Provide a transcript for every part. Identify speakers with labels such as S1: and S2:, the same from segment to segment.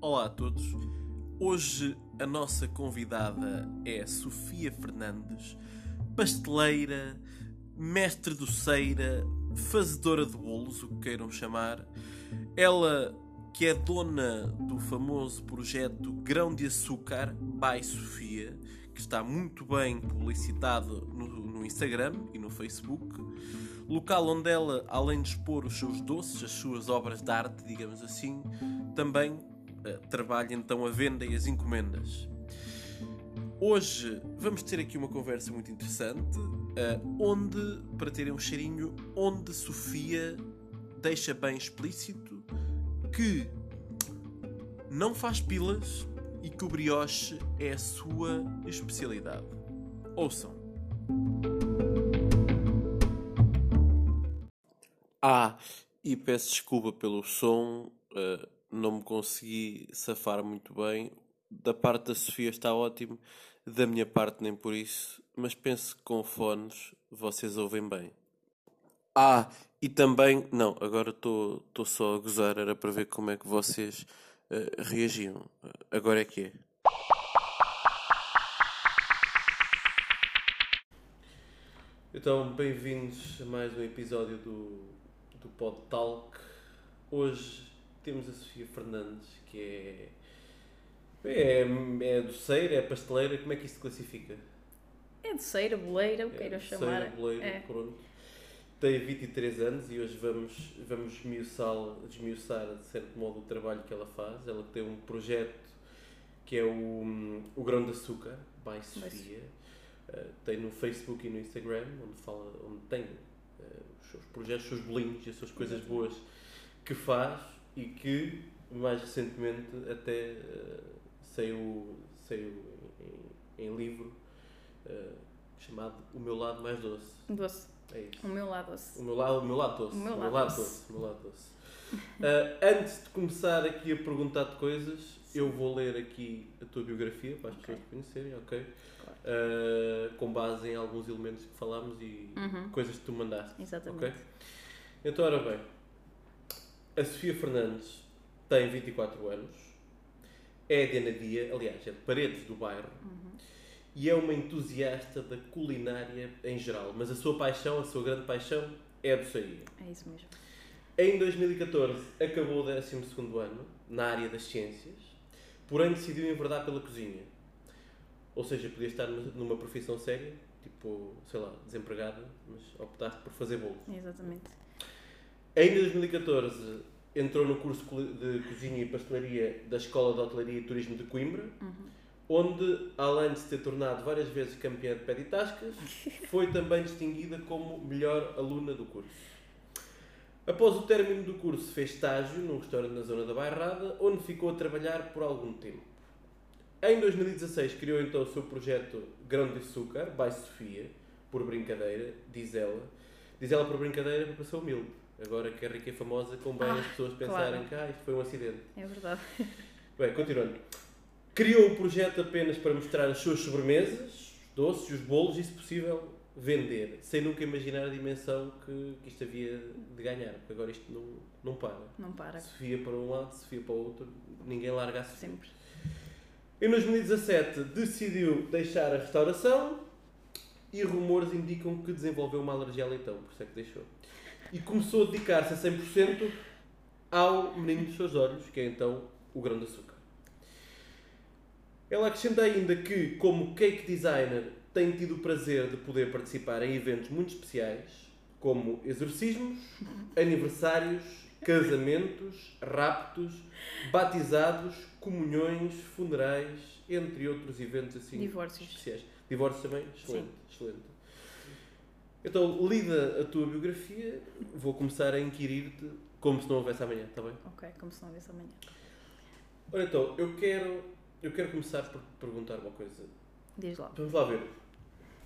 S1: Olá a todos. Hoje a nossa convidada é Sofia Fernandes, pasteleira, mestre doceira, fazedora de bolos, o que queiram chamar. Ela que é dona do famoso projeto Grão de Açúcar by Sofia, que está muito bem publicitado no, no Instagram e no Facebook. Local onde ela, além de expor os seus doces, as suas obras de arte, digamos assim, também eh, trabalha então a venda e as encomendas. Hoje vamos ter aqui uma conversa muito interessante, eh, onde, para terem um cheirinho, onde Sofia deixa bem explícito que não faz pilas e que o brioche é a sua especialidade. Ouçam. Ah, e peço desculpa pelo som, eh, não me consegui safar muito bem. Da parte da Sofia está ótimo, da minha parte nem por isso, mas penso que com fones vocês ouvem bem. Ah, e também, não, agora estou só a gozar, era para ver como é que vocês eh, reagiam. Agora é que é. Então, bem-vindos a mais um episódio do, do Pod Talk. Hoje temos a Sofia Fernandes, que é. É, é doceira, é pasteleira, como é que isso se classifica?
S2: É doceira, boleira, o que queiram chamar.
S1: Doceira, boleira,
S2: É.
S1: pronto. Tem 23 anos e hoje vamos, vamos esmiuçar, desmiuçar, de certo modo, o trabalho que ela faz. Ela tem um projeto que é o, o Grão de Açúcar, by Sofia. Uh, tem no Facebook e no Instagram, onde, fala, onde tem uh, os seus projetos, os seus bolinhos e as suas coisas boas que faz e que, mais recentemente, até uh, saiu, saiu em, em livro uh, chamado O Meu Lado Mais Doce.
S2: um Doce.
S1: É isso.
S2: O meu lado doce.
S1: O meu lado, o meu lado doce.
S2: O meu lado doce.
S1: doce, o meu lado doce. Ah, antes de começar aqui a perguntar-te coisas, eu vou ler aqui a tua biografia para as
S2: Ok.
S1: pessoas te conhecerem, ok? Ah, com base em alguns elementos que falámos e
S2: Uhum.
S1: coisas que tu mandaste.
S2: Exatamente.
S1: Ok? Então, ora bem, a Sofia Fernandes tem 24 anos, é de Anadia, aliás, é de Paredes do bairro, e é uma entusiasta da culinária em geral, mas a sua paixão, a sua grande paixão, é a doçaria.
S2: É isso mesmo.
S1: Em 2014 acabou o 12 ano na área das ciências, porém decidiu enverdar pela cozinha. Ou seja, podia estar numa- numa profissão séria, tipo, sei lá, desempregada, mas optaste por fazer bolos.
S2: Exatamente.
S1: Em 2014 entrou no curso culi- de cozinha e pastelaria da Escola de Hotelaria e Turismo de Coimbra, onde, além de se ter tornado várias vezes campeã de pé de tascas, foi também distinguida como melhor aluna do curso. Após o término do curso, fez estágio num restaurante na zona da Bairrada, onde ficou a trabalhar por algum tempo. Em 2016 criou então o seu projeto Grão de Açúcar, by Sofia, por brincadeira, diz ela. Diz ela por brincadeira porque sou humilde. Agora que é rica e famosa, convém
S2: Ah,
S1: as pessoas pensarem que ah, isto foi um acidente.
S2: É verdade.
S1: Bem, continuando. Criou o projeto apenas para mostrar as suas sobremesas, os doces, os bolos e, se possível, vender, sem nunca imaginar a dimensão que, que isto havia de ganhar, porque agora isto não, não para.
S2: Não para.
S1: Sofia para um lado, Sofia para o outro, ninguém larga a Sofia.
S2: Sempre.
S1: Em 2017 decidiu deixar a restauração e rumores indicam que desenvolveu uma alergia a leitão, por isso é que deixou. E começou a dedicar-se a 100% ao menino dos seus olhos, que é então o grão de açúcar. Ela acrescenta ainda que, como cake designer, tem tido o prazer de poder participar em eventos muito especiais, como exorcismos, aniversários, casamentos, raptos, batizados, comunhões, funerais, entre outros eventos assim
S2: Divórcios.
S1: especiais. Divórcio também? Excelente, excelente. Então, lida a tua biografia, vou começar a inquirir-te como se não houvesse amanhã, está bem?
S2: Ok, como se não houvesse amanhã.
S1: Ora então, eu quero, eu quero começar por te perguntar uma coisa.
S2: Diz lá.
S1: Vamos lá ver.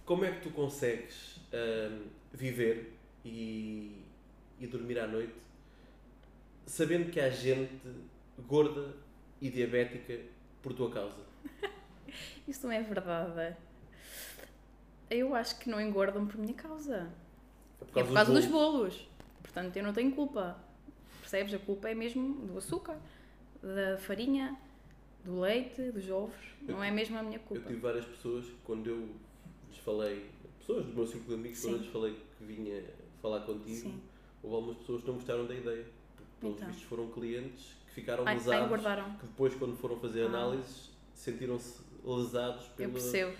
S1: Como é que tu consegues ahm, viver hum, e, e e dormir à noite, sabendo que há gente gorda e diabética por tua causa.
S2: Isso não é verdade. Eu acho que não engordam por minha causa.
S1: É por
S2: é por causa dos bolos. Portanto, eu não tenho culpa. Percebes? A culpa é mesmo do açúcar, da farinha, do leite, dos ovos. Não é mesmo a minha
S1: Eu
S2: culpa.
S1: tive várias pessoas, quando eu lhes falei, pessoas do meu círculo de amigos, quando eu
S2: Sim.
S1: lhes falei que vinha falar contigo,
S2: Sim.
S1: houve algumas pessoas que não gostaram da ideia. Porque, pelos
S2: Então.
S1: vistos, foram clientes que ficaram
S2: Ai, ai,
S1: lesados,
S2: engordaram.
S1: que depois, quando foram fazer
S2: Ah.
S1: análises, sentiram-se lesados
S2: Eu
S1: pela,
S2: percebo.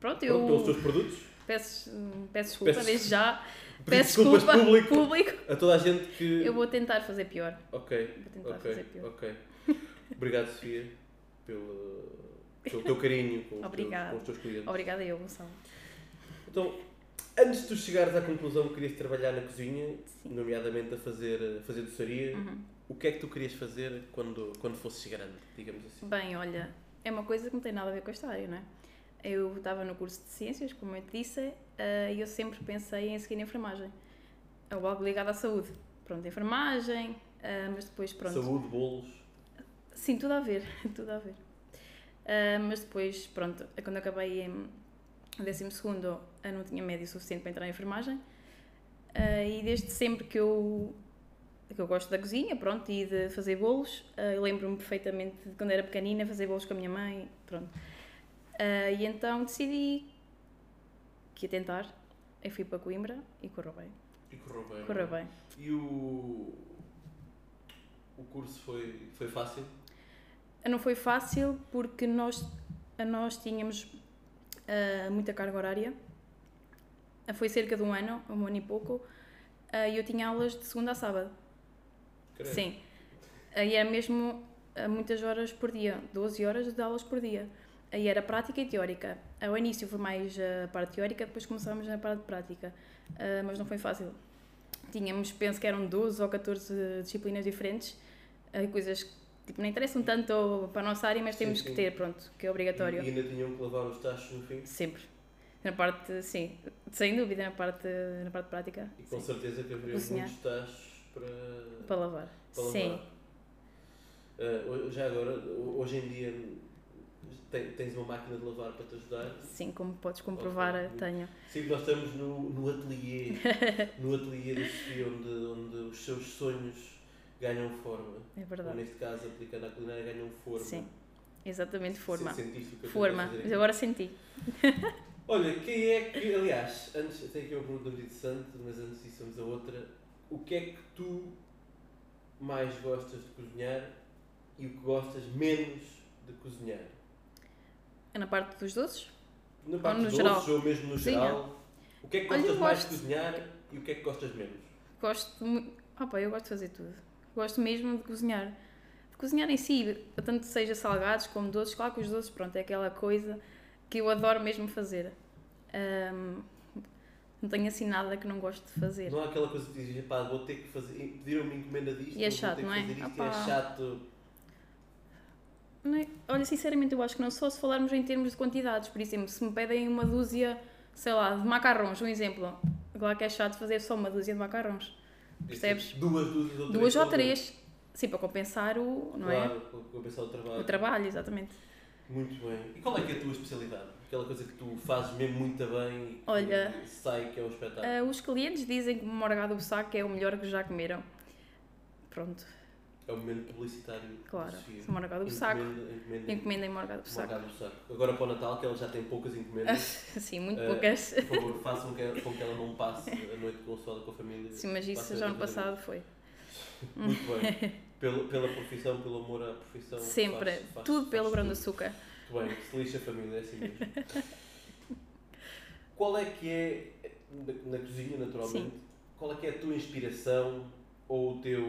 S2: Pronto,
S1: pronto, pelos
S2: eu
S1: teus produtos.
S2: peço, peço desculpa
S1: Peço-
S2: desde já.
S1: Pedi
S2: Peço
S1: desculpas,
S2: desculpa,
S1: público,
S2: público.
S1: a toda a gente que.
S2: Eu vou tentar fazer pior.
S1: Ok,
S2: Vou tentar fazer
S1: ok,
S2: pior.
S1: ok. Obrigado, Sofia, pelo, pelo teu carinho com os, teus,
S2: Obrigada.
S1: com os teus clientes.
S2: Obrigada eu, Gonçalo.
S1: Então, antes de tu chegares à conclusão que querias trabalhar na cozinha,
S2: Sim.
S1: nomeadamente a fazer, a fazer doçaria,
S2: Uhum.
S1: o que é que tu querias fazer quando, quando fosses grande, digamos assim?
S2: Bem, olha, é uma coisa que não tem nada a ver com esta área, não é? Eu estava no curso de Ciências, como eu te disse, eh, e eu sempre pensei em seguir enfermagem. Ou algo ligado à saúde. Pronto, enfermagem, eh, mas depois, pronto.
S1: Saúde, bolos.
S2: Sim, tudo a ver, tudo a ver. Ah, mas depois, pronto, é quando acabei em 12 segundo, eu não tinha médio suficiente para entrar em enfermagem. Ah, e desde sempre que eu que eu gosto da cozinha, pronto, e de fazer bolos. Ah, eu lembro-me perfeitamente de quando era pequenina fazer bolos com a minha mãe, pronto. Ah, e então decidi que ia tentar. Eu fui para Coimbra e correu bem.
S1: E correu bem.
S2: Correu bem.
S1: E o. O curso foi, foi fácil?
S2: Não foi fácil porque nós, nós tínhamos ah, muita carga horária. Ah, Foi cerca de um ano, um ano e pouco. Ah, E eu tinha aulas de segunda a sábado.
S1: Credo.
S2: Sim. Aí era mesmo ah, muitas horas por dia, 12 horas de aulas por dia. Aí era prática e teórica. Ao início foi mais a parte teórica, depois começámos na parte prática. Ah, mas não foi fácil. Tínhamos, penso que eram 12 ou 14 disciplinas diferentes, ah, coisas que tipo, não interessam tanto para a nossa área, mas
S1: Sim,
S2: temos
S1: sim.
S2: que ter, pronto, que é obrigatório.
S1: E, e ainda tinham que lavar os tachos no fim.
S2: Sempre. Na parte, sim, sem dúvida, na parte, na parte prática.
S1: E com
S2: sim.
S1: certeza que haveriam
S2: Cozinhar.
S1: muitos tachos para.
S2: Para lavar.
S1: para
S2: sim.
S1: lavar. Ah, ho- já agora, ho- hoje em dia, te- tens uma máquina de lavar para te ajudar?
S2: Sim, como podes comprovar,
S1: Ok.
S2: tenho.
S1: Sim, nós estamos no, no ateliê, no ateliê da Sofia, onde, onde os seus sonhos ganham forma.
S2: É
S1: Ou
S2: verdade.
S1: neste caso, aplicando à culinária, ganham forma.
S2: Sim, exatamente forma.
S1: Se- sentiste o que eu
S2: forma,
S1: tentei
S2: mas
S1: fazer aqui?
S2: agora senti.
S1: Olha, quem é que, aliás, antes, eu tenho aqui uma pergunta muito interessante, mas antes disso vamos a outra. O que é que tu mais gostas de cozinhar e o que gostas menos de cozinhar?
S2: É na parte dos doces?
S1: Na parte
S2: no
S1: dos
S2: geral?
S1: doces ou mesmo no
S2: Cozinha.
S1: geral? O que é que
S2: Olha, eu
S1: gostas mais de
S2: gosto-
S1: cozinhar e o que é que gostas menos?
S2: Gosto muito. Opa, eu gosto de fazer tudo. Gosto mesmo de cozinhar. De cozinhar em si, tanto seja salgados como doces. Claro que os doces, pronto, é aquela coisa que eu adoro mesmo fazer. Ahm, não tenho assim nada que não gosto de fazer.
S1: Não há aquela coisa que dizes, pá, vou ter que fazer, pediram uma encomenda disto,
S2: E é
S1: vou
S2: chato,
S1: ter que
S2: não é?
S1: fazer isto,
S2: Opa.
S1: é chato.
S2: Não é- Olha, sinceramente, eu acho que não só se falarmos em termos de quantidades. Por exemplo, se me pedem uma dúzia, sei lá, de macarrons, um exemplo. Claro que é chato fazer só uma dúzia de macarrons. Percebes?
S1: tipo Duas, duas ou três.
S2: Duas ou
S1: talvez.
S2: três. Sim, para compensar o, não
S1: Claro, com com a pensão do
S2: é?
S1: trabalho.
S2: o trabalho, exatamente.
S1: Muito bem. E qual é que é a tua especialidade? Aquela coisa que tu fazes mesmo muito bem e que
S2: Olha,
S1: sai que é um espetáculo.
S2: Ah, os clientes dizem que o morgado do saco é o melhor que já comeram. Pronto,
S1: É o momento publicitário.
S2: claro.
S1: de Sofia.
S2: Se morgado do saco,
S1: Encomenda, encomenda,
S2: encomendem morgado do saco.
S1: Morgado do saco. Agora para o Natal, que ela já tem poucas encomendas,
S2: Sim, muito
S1: Ah,
S2: poucas.
S1: por favor, façam que- com que ela não passe a noite consola com a família.
S2: Sim, mas isso
S1: basta
S2: já no
S1: fazer
S2: passado foi.
S1: Muito bem. Pelo, pela profissão, pelo amor à profissão.
S2: Sempre.
S1: faz- faz-
S2: Tudo pelo
S1: faz
S2: grão de açúcar.
S1: Muito bem, se lixa a família, é assim mesmo. qual é que é, na, na cozinha naturalmente, qual é que é a tua inspiração ou o teu,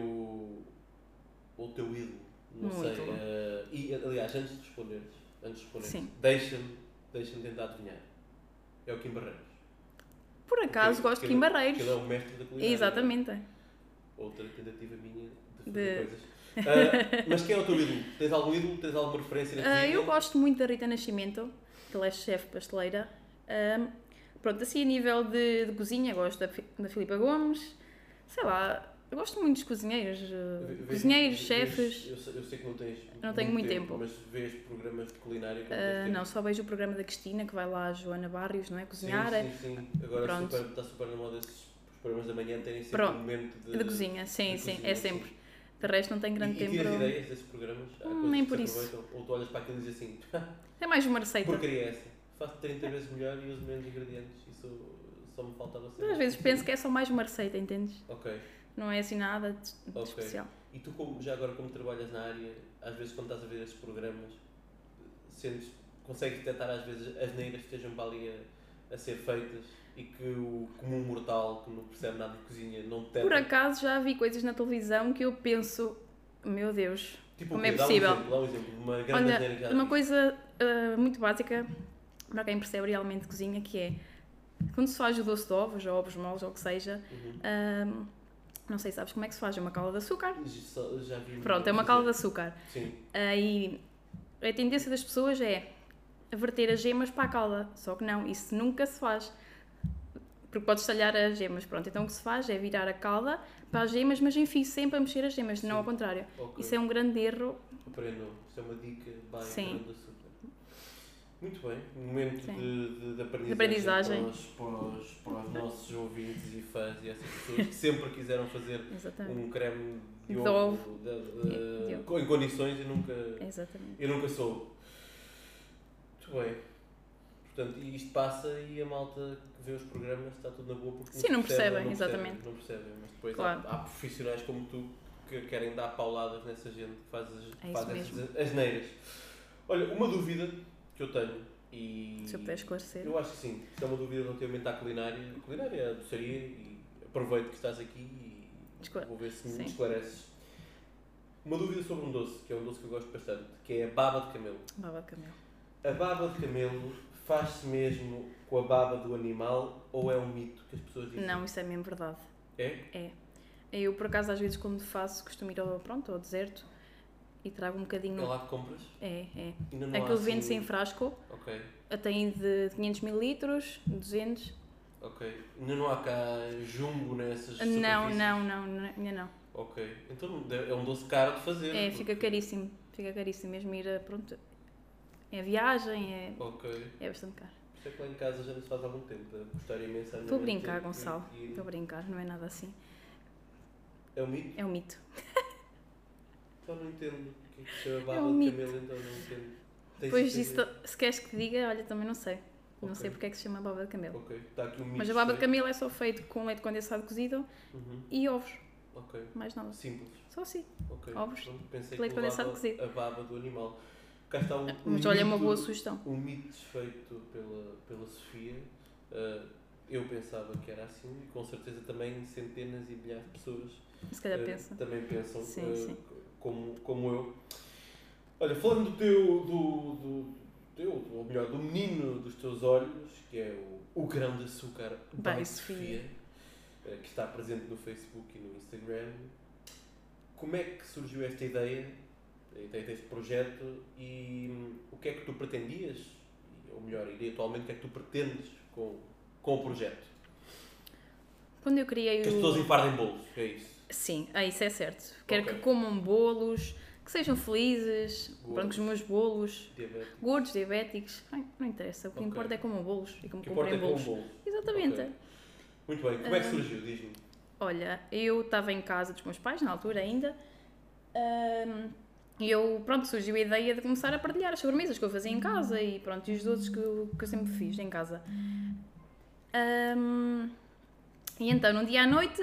S1: ou o teu ídolo? Não
S2: Um
S1: sei.
S2: ídolo.
S1: eh, e, aliás, antes de responderes, antes de responderes
S2: Sim.
S1: deixa-me deixa tentar adivinhar. É o Kim Barreiros.
S2: Por acaso
S1: Aquele-
S2: gosto de
S1: aquele-
S2: Kim Barreiros.
S1: Ele é o mestre da culinária.
S2: Exatamente.
S1: Outra tentativa minha de fazer
S2: De-
S1: coisas. Ah, mas quem é o teu ídolo? Tens algum ídolo? Tens alguma referência na
S2: Ah,
S1: cozinha?
S2: eu gosto muito da Rita Nascimento, que ela é chefe pasteleira. Ah, Ahm, pronto, assim a nível de, de cozinha, gosto da, Fi- da Filipa Gomes, Sei lá, eu gosto muito dos cozinheiros. eh,
S1: Ve- vejo-
S2: Cozinheiros,
S1: vejo-
S2: chefes.
S1: Eu sei, eu sei que não tens.
S2: não tenho muito tempo.
S1: Mas vês programas de culinária que
S2: Ah,
S1: tens
S2: não,
S1: tempo.
S2: só vejo o programa da Cristina, que vai lá a Joana Barrios, não é? Cozinhar.
S1: Sim, sim, sim. Agora
S2: Pronto.
S1: super, está super na moda esses os programas da manhã terem sempre
S2: Pronto.
S1: um momento
S2: De,
S1: de.
S2: cozinha, sim,
S1: de
S2: sim,
S1: cozinha,
S2: é sempre. De resto, não tenho
S1: E,
S2: grande
S1: e tiras
S2: tempo. um-
S1: ideias desses programas? Há
S2: Hum,
S1: coisas
S2: nem
S1: que
S2: por
S1: se
S2: isso.
S1: aproveitam? Ou tu olhas para aquilo e dizes assim,
S2: É mais uma receita.
S1: porcaria é essa? Faço 30 vezes melhor e uso menos ingredientes. Isso só me faltava
S2: Eu,
S1: ser.
S2: Às vezes penso que é só mais uma receita, entendes?
S1: Ok.
S2: Não é assim nada de, de
S1: Ok.
S2: especial.
S1: E tu, como, já agora, como trabalhas na área, às vezes quando estás a ver esses programas, sentes, consegues detectar às vezes as neiras que estejam para ali a, a ser feitas e que o comum mortal que não percebe nada de cozinha não detecta.
S2: Por acaso já vi coisas na televisão que eu penso, meu Deus.
S1: tipo,
S2: como
S1: o quê?
S2: é
S1: Dá
S2: possível?
S1: Um exemplo, dá um exemplo de uma grande
S2: Olha,
S1: asneira que já
S2: uma
S1: vi.
S2: coisa ah, muito básica para quem percebe realmente de cozinha que é quando se faz o doce de ovos ou ovos moles ou o que seja,
S1: Uhum.
S2: ah, não sei, sabes como é que se faz? É uma cala de açúcar.
S1: Só- Já vi
S2: Pronto, é uma cala de açúcar.
S1: Sim,
S2: Aí a tendência das pessoas é verter as gemas para a calda, só que não, isso nunca se faz. Porque podes talhar as gemas, pronto. Então o que se faz é virar a calda para as gemas, mas enfim, sempre a mexer as gemas, não
S1: Sim.
S2: ao contrário.
S1: ok.
S2: Isso é um grande erro.
S1: Aprendam. Isto é uma dica by
S2: Sim.
S1: Fernando Açúcar. Muito bem, um momento
S2: Sim.
S1: de, de, de aprendizagem,
S2: aprendizagem.
S1: Para, os, para, os, para os nossos ouvintes e fãs e essas pessoas que sempre quiseram fazer
S2: Exatamente.
S1: um creme de
S2: De
S1: ovo,
S2: ovo.
S1: de- de-
S2: De ovo.
S1: com- em condições eu nunca,
S2: Exatamente.
S1: eu nunca soube. Muito bem. Portanto, e isto passa e a malta que vê os programas está tudo na boa porque
S2: Sim, não percebem,
S1: não
S2: exatamente.
S1: Não percebem, mas depois
S2: Claro.
S1: há, há profissionais como tu que querem dar pauladas nessa gente que faz, as,
S2: É isso
S1: faz
S2: mesmo.
S1: essas asneiras. Olha, uma dúvida que eu tenho e.
S2: Se eu puder esclarecer.
S1: Eu acho que sim. Isto é uma dúvida relativamente à culinária. A culinária é a doçaria e aproveito que estás aqui e
S2: Esclare-
S1: vou ver se
S2: sim.
S1: me esclareces. Uma dúvida sobre um doce, que é um doce que eu gosto bastante, que é a baba de camelo.
S2: Baba de camelo.
S1: A baba de camelo faz-se mesmo com a baba do animal ou é um mito que as pessoas dizem?
S2: Não, isso é mesmo verdade.
S1: É?
S2: Eu, por acaso, às vezes, quando faço, costumo ir ao, pronto, ao deserto e trago um
S1: É
S2: bocadinho.
S1: lá que compras?
S2: É, é.
S1: Ainda não há
S2: Aquele vende-se
S1: assim-
S2: em frasco,
S1: Ok,
S2: tem de 500 mililitros, 200.
S1: ok. Ainda não há cá jumbo nessas
S2: Não,
S1: superfícies?
S2: não, não, não, ainda não.
S1: Ok. Então não deve- é um doce caro de fazer.
S2: É, fica
S1: porque-
S2: caríssimo, fica caríssimo mesmo ir a, pronto, é viagem, é,
S1: Ok.
S2: é bastante caro.
S1: Por isso é que lá em casa já não se faz algum tempo. deve Custar imenso
S2: Estou a brincar, Gonçalo,
S1: E-
S2: estou a brincar, não é nada assim,
S1: É um mito?
S2: é um mito.
S1: Então não entendo. O que é que se chama baba
S2: É um
S1: de
S2: mito.
S1: camelo? Então não entendo. Tens
S2: Depois
S1: de
S2: disso,
S1: saber.
S2: se queres que te diga, olha, também não sei, não
S1: Ok.
S2: sei porque é que se chama baba de camelo.
S1: Ok, está aqui um mito.
S2: Mas a baba de
S1: feito.
S2: camelo é só feito com leite condensado cozido
S1: Uhum.
S2: e ovos,
S1: Ok.
S2: mais nada,
S1: Simples.
S2: só assim.
S1: Ok.
S2: Ovos, é
S1: Pronto, Pensei
S2: leite
S1: que
S2: condensado
S1: levava
S2: cozido.
S1: a baba do animal. Cá está um, um
S2: Mas olha, é uma
S1: mito-
S2: boa sugestão.
S1: Um mito desfeito pela, pela Sofia. Ah, eu pensava que era assim e com certeza também centenas e milhares de pessoas
S2: Se calhar
S1: eh,
S2: pensa.
S1: Também pensam
S2: Sim,
S1: eh,
S2: sim.
S1: Como, como eu. Olha, falando do teu, do, do teu, ou melhor, do menino dos teus olhos, que é o, o grão de açúcar
S2: Bem,
S1: by
S2: Sofia.
S1: eh, que está presente no Facebook e no Instagram, como é que surgiu esta ideia, a ideia deste projeto e hum, o que é que tu pretendias, ou melhor, e atualmente o que é que tu pretendes com, com o projeto?
S2: Quando eu criei
S1: Que as
S2: o...
S1: pessoas enfardem bolos, é isso.
S2: Sim, ah, isso é certo. Quero
S1: Ok.
S2: que comam bolos, que sejam felizes,
S1: Bolos.
S2: pronto, que os meus bolos,
S1: Diabetes.
S2: gordos, diabéticos, ai, não interessa. O que
S1: Ok.
S2: importa é comam bolos e como
S1: O que importa é
S2: comprem
S1: com o
S2: bolos.
S1: bolo.
S2: Exatamente.
S1: Ok. Muito bem, como é que
S2: Ah.
S1: surgiu? Diz-me.
S2: Olha, eu estava em casa dos meus pais, na altura ainda, ahm, e eu, pronto, surgiu a ideia de começar a partilhar as sobremesas que eu fazia em casa e pronto, e os doces que eu, que eu sempre fiz em casa. Ahm, e então, num dia à noite,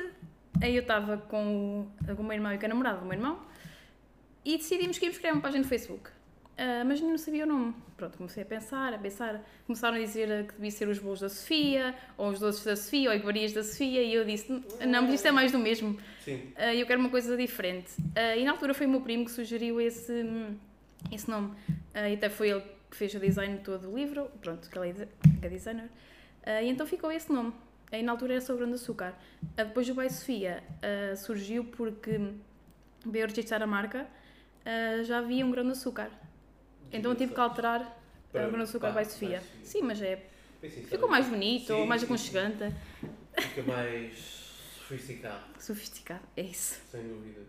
S2: aí eu estava com, o- com o meu irmão e com a namorada do meu irmão e decidimos que íamos criar uma página no Facebook. Ah, mas não sabia o nome. Pronto, comecei a pensar, a pensar. Começaram a dizer ah, que devia ser os bolos da Sofia, ou os doces da Sofia, ou iguarias da Sofia, e eu disse: não, mas isto é mais do mesmo.
S1: Sim,
S2: Ah, eu quero uma coisa diferente. Ah, e na altura foi o meu primo que sugeriu esse, hum, esse nome. Ah, e até foi ele que fez o design todo do livro, pronto, que ele é de- que é designer. Ah, e então ficou esse nome. Aí na altura era sobre o Grão de Açúcar. Ah, depois o Bai Sofia ah, surgiu porque veio registrar a marca, ah, já havia um grão de açúcar. Então eu tive que alterar ah,
S1: Para-
S2: o grão de açúcar
S1: para-
S2: Bai Sofia.
S1: Bai Sofia.
S2: Sim, mas é,
S1: Bem, sim,
S2: ficou mais
S1: sabe,
S2: bonito,
S1: Sim,
S2: mais
S1: sim, sim.
S2: aconchegante.
S1: Fica mais Sofisticado,
S2: Sofisticado, é isso.
S1: sem dúvida.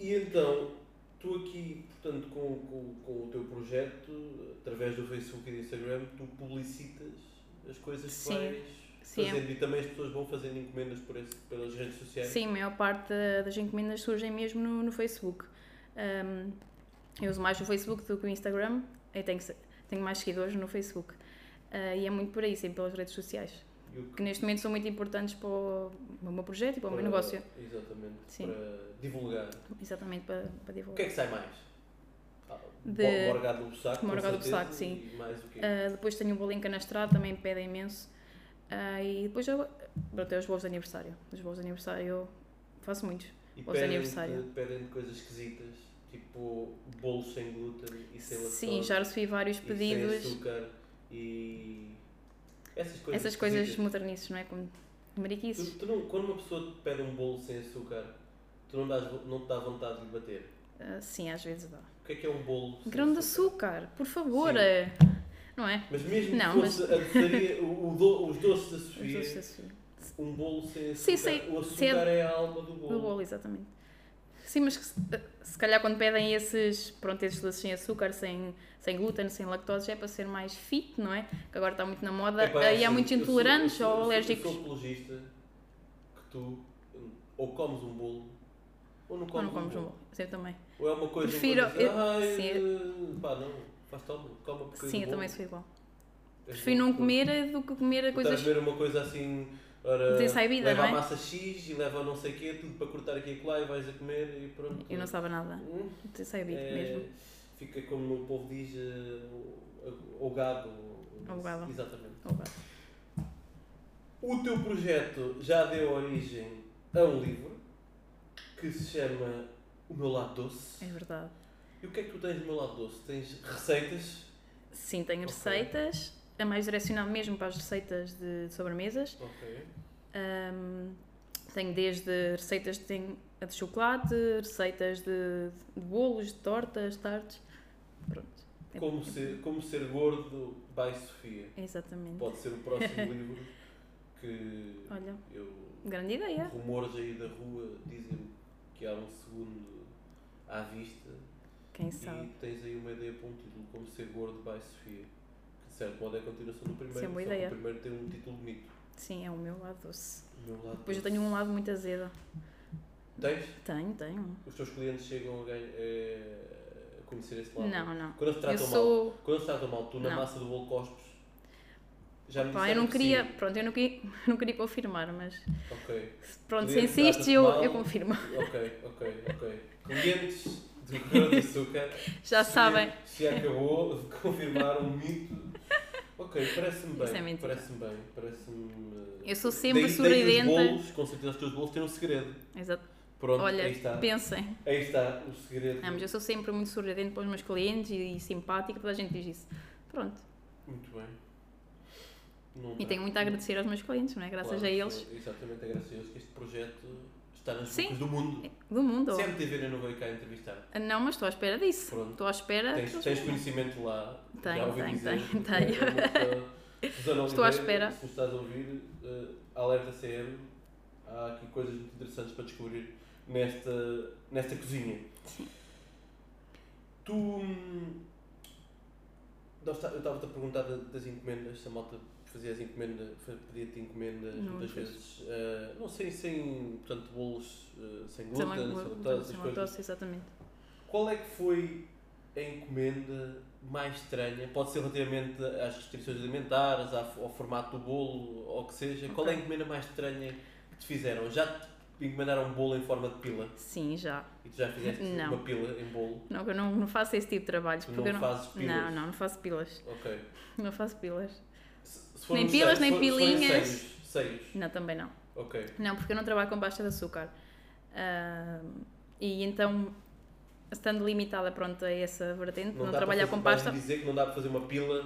S1: e então, tu aqui, portanto, com, com, com o teu projeto, através do Facebook e do Instagram, tu publicitas as coisas que
S2: Sim.
S1: vais
S2: Sim, é-
S1: fazendo e também as pessoas vão fazendo encomendas por esse- pelas redes sociais.
S2: Sim, a maior parte da- das encomendas surgem mesmo no, no Facebook. Ahm, eu uso mais o Facebook do que o Instagram e tenho, se- tenho mais seguidores no Facebook. Ah, e é muito por aí, sempre pelas redes sociais,
S1: E o que-
S2: que neste momento são muito importantes para o, para o meu projeto e para o meu
S1: para-
S2: negócio.
S1: Exatamente,
S2: Sim.
S1: para divulgar.
S2: Exatamente, para, para
S1: O que é
S2: divulgar.
S1: que sai mais? Ah,
S2: De-
S1: Morgado do Saco. com
S2: Morgado do
S1: certeza,
S2: Bussaco, sim.
S1: E mais o quê?
S2: Ah, depois tenho o bolinho canastrado, também pedem imenso. Ah, e depois eu, pronto, é os bolos de aniversário. Os bolos de aniversário eu faço muitos.
S1: E
S2: Os
S1: pedem-te-
S2: aniversário.
S1: Pedem coisas esquisitas, tipo bolos sem glúten e
S2: é
S1: sem lactose.
S2: Sim, já recebi vários
S1: e
S2: pedidos.
S1: Sem açúcar e. Essas coisas.
S2: Essas coisas
S1: esquisitas.
S2: modernices, não é? Como mariquices.
S1: Tu, tu não, quando uma pessoa te pede um bolo sem açúcar, tu não, dás, vo- não te dá vontade de lhe bater.
S2: Ah, sim, às vezes dá.
S1: O que é que é um bolo? sem
S2: Grão de açúcar, por favor.
S1: Sim.
S2: eh, Não é?
S1: Mas mesmo
S2: Não,
S1: que fosse a doçaria, o, o do- os doces da
S2: Os
S1: Sofia,
S2: doces da Sofia.
S1: um bolo sem açúcar,
S2: Sim, sei.
S1: o
S2: Se é-
S1: açúcar é a alma do bolo.
S2: Do bolo, exatamente. Sim, mas que se, eh, se calhar quando pedem esses, pronto, esses doces sem açúcar, sem, sem glúten, sem lactose, é para ser mais fit, não é? Que agora está muito na moda.
S1: Epá,
S2: eh, e há
S1: assim,
S2: muitos
S1: eu sou-
S2: intolerantes
S1: eu sou-
S2: ou
S1: eu sou-
S2: alérgicos.
S1: Eu sou apologista que tu hum, ou comes um bolo ou não comes,
S2: ou não comes
S1: um
S2: um
S1: bolo.
S2: bolo. Eu também.
S1: Ou é uma coisa
S2: Prefiro-
S1: que
S2: eu-
S1: ai,
S2: sim,
S1: eh, pá, não, faz tal, come um bocadinho
S2: Sim,
S1: de bolo. É
S2: eu também sou igual.
S1: És
S2: Prefiro
S1: bom.
S2: não comer do que comer
S1: Tu estás
S2: coisas.
S1: a ver uma coisa assim, ora,
S2: Desaibida,
S1: leva
S2: não
S1: a
S2: é?
S1: massa X e leva a não sei o quê, tudo para cortar aqui e colar e vais a comer e pronto.
S2: Eu não sabe nada.
S1: Hum,
S2: Não sei bem
S1: é,
S2: mesmo.
S1: Fica como o povo diz, eh, o, o gado. o-
S2: O gado.
S1: Exatamente.
S2: Ou Oh, vá.
S1: O teu projeto já deu origem a um livro que se chama O Meu Lado Doce.
S2: É verdade.
S1: E o que é que tu tens do meu lado doce? Tens receitas?
S2: Sim, tenho
S1: Ok.
S2: receitas. É mais direcionado mesmo para as receitas de sobremesas.
S1: Ok.
S2: Ahm, tenho desde receitas de, tenho a de chocolate, receitas de, de bolos, de tortas, tartes. Pronto. É-
S1: Como ser, como ser gordo by Sofia.
S2: Exatamente.
S1: Pode ser o próximo livro que
S2: Olha,
S1: eu.
S2: grande ideia.
S1: Rumores aí da rua dizem que há um segundo à vista
S2: Quem
S1: e
S2: sabe?
S1: tens aí uma ideia para um título, como ser gordo by Sofia. Que de certo modo é a continuação do primeiro.
S2: Isso é boa
S1: só que
S2: ideia.
S1: O primeiro tem um título bonito.
S2: Sim, é o meu lado doce.
S1: O meu lado
S2: Depois eu
S1: doce.
S2: tenho um lado muito azedo.
S1: Tens?
S2: Tenho, tenho.
S1: Os teus clientes chegam a, ganhar- eh, a conhecer esse lado?
S2: Não, não.
S1: Quando eles te
S2: Eu
S1: tratam mal,
S2: sou.
S1: quando eles te tratam mal, tu na
S2: Não.
S1: massa do bolo cospes. Já me
S2: Pá, eu
S1: disseram
S2: não
S1: que
S2: queria.
S1: sim.
S2: Pronto, eu não queria, não queria confirmar, mas.
S1: Ok,
S2: Pronto, se
S1: Podia estar
S2: insistes,
S1: tudo
S2: eu,
S1: mal.
S2: eu confirmo.
S1: ok, ok, ok. Clientes do Grão de Açúcar.
S2: Já
S1: se-
S2: sabem.
S1: Se acabou de confirmar um mito. Ok, parece-me
S2: Isso é
S1: bem.
S2: mentira.
S1: parece-me bem. Parece-me. eh,
S2: Eu sou
S1: daí,
S2: sempre
S1: daí os
S2: sorridente.
S1: bolos, com certeza os teus bolos têm um segredo.
S2: Exato.
S1: Pronto,
S2: Olha,
S1: aí está.
S2: pensem.
S1: Aí está o segredo.
S2: Não, mas eu sou sempre muito sorridente para os meus clientes e, e simpática, toda a gente diz isso. Pronto.
S1: Muito bem. Não
S2: E
S1: dá.
S2: tenho muito a agradecer aos meus clientes, não é? Graças
S1: Claro,
S2: a eles.
S1: sim, Exatamente, é graças a eles que este projeto está nas
S2: Sim.
S1: bocas do mundo.
S2: Do mundo.
S1: Se a MTV não veio cá entrevistar,
S2: Ah, Não, mas estou à espera disso.
S1: Pronto.
S2: Estou à espera.
S1: tens, tens conhecimento lá.
S2: Tenho,
S1: já ouvi
S2: tenho,
S1: dizer.
S2: tenho, tenho.
S1: É uma pessoa- Susana
S2: Estou à
S1: Oliveira,
S2: espera.
S1: Se nos estás a ouvir, eh, alerta CM, há aqui coisas muito interessantes para descobrir nesta, nesta cozinha.
S2: Sim.
S1: Tu. hum, nós tá- Eu estava-te a perguntar da- das encomendas, se a malta fazia as encomendas, fa- pedia-te encomendas
S2: Não,
S1: muitas
S2: não fiz.
S1: vezes, eh, não sei, sem, portanto, bolos eh, sem glúten,
S2: Também
S1: sem
S2: vou- vou-
S1: lactose, essas
S2: vou-
S1: coisas.
S2: tosse, exatamente.
S1: Qual é que foi a encomenda mais estranha? Pode ser relativamente às restrições alimentares, à- ao formato do bolo, ou o que seja. Qual é a encomenda mais estranha que te fizeram? Já te encomendaram um bolo em forma de pila?
S2: Sim, já.
S1: E tu já fizeste
S2: Não.
S1: uma pila em bolo?
S2: Não, eu não, não faço esse tipo de trabalhos.
S1: Tu
S2: porque eu
S1: não fazes pilas?
S2: Não, não, não faço pilas.
S1: Ok.
S2: Não faço pilas.
S1: Se- se for
S2: Nem
S1: um
S2: pilas,
S1: seio-
S2: nem
S1: se for- se forem
S2: pilinhas.
S1: Seios. seios.
S2: Não, também não.
S1: Ok.
S2: Não, porque eu não trabalho com pasta de açúcar. Ah, e então, estando limitada pronto, a essa vertente, não,
S1: dá para
S2: trabalhar
S1: fazer-
S2: com pasta,
S1: vais-me dizer que não dá para fazer uma pila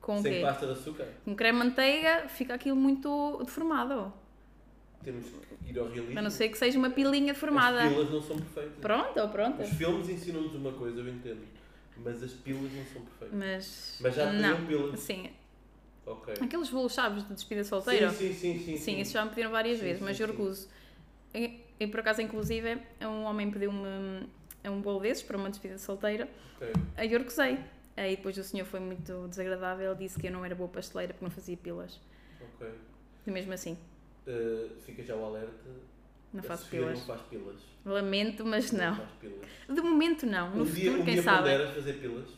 S2: com o
S1: sem
S2: quê?
S1: pasta de açúcar?
S2: Com creme de manteiga fica aquilo muito deformado.
S1: Temos que ir ao realismo.
S2: A não ser que seja uma pilinha deformada.
S1: As pilas não são perfeitas.
S2: Pronto, ou pronto.
S1: Os filmes ensinam-nos uma coisa, eu entendo. Mas as pilas não são perfeitas.
S2: Mas.
S1: Mas já te
S2: Hum. não.
S1: pediram pila.
S2: Sim.
S1: Ok.
S2: Aqueles bolos, sabes, de despedida solteira.
S1: Sim, sim, sim. Sim,
S2: Sim, isso já me pediram várias
S1: Sim,
S2: vezes, mas
S1: sim,
S2: eu
S1: sim.
S2: recuso. E, e por acaso, inclusive, um homem pediu-me um bolo desses para uma despedida solteira,
S1: Ok.
S2: aí eu recusei. Aí depois o senhor foi muito desagradável, disse que eu não era boa pasteleira porque não fazia pilas.
S1: ok.
S2: E mesmo assim,
S1: Uh, fica já o alerta.
S2: não
S1: A
S2: faço
S1: Sofia
S2: pilas.
S1: Não faz pilas.
S2: Lamento, mas não.
S1: faz pilas.
S2: De momento, não. No
S1: um dia,
S2: futuro,
S1: um
S2: quem
S1: dia
S2: sabe?
S1: ponderas fazer pilas.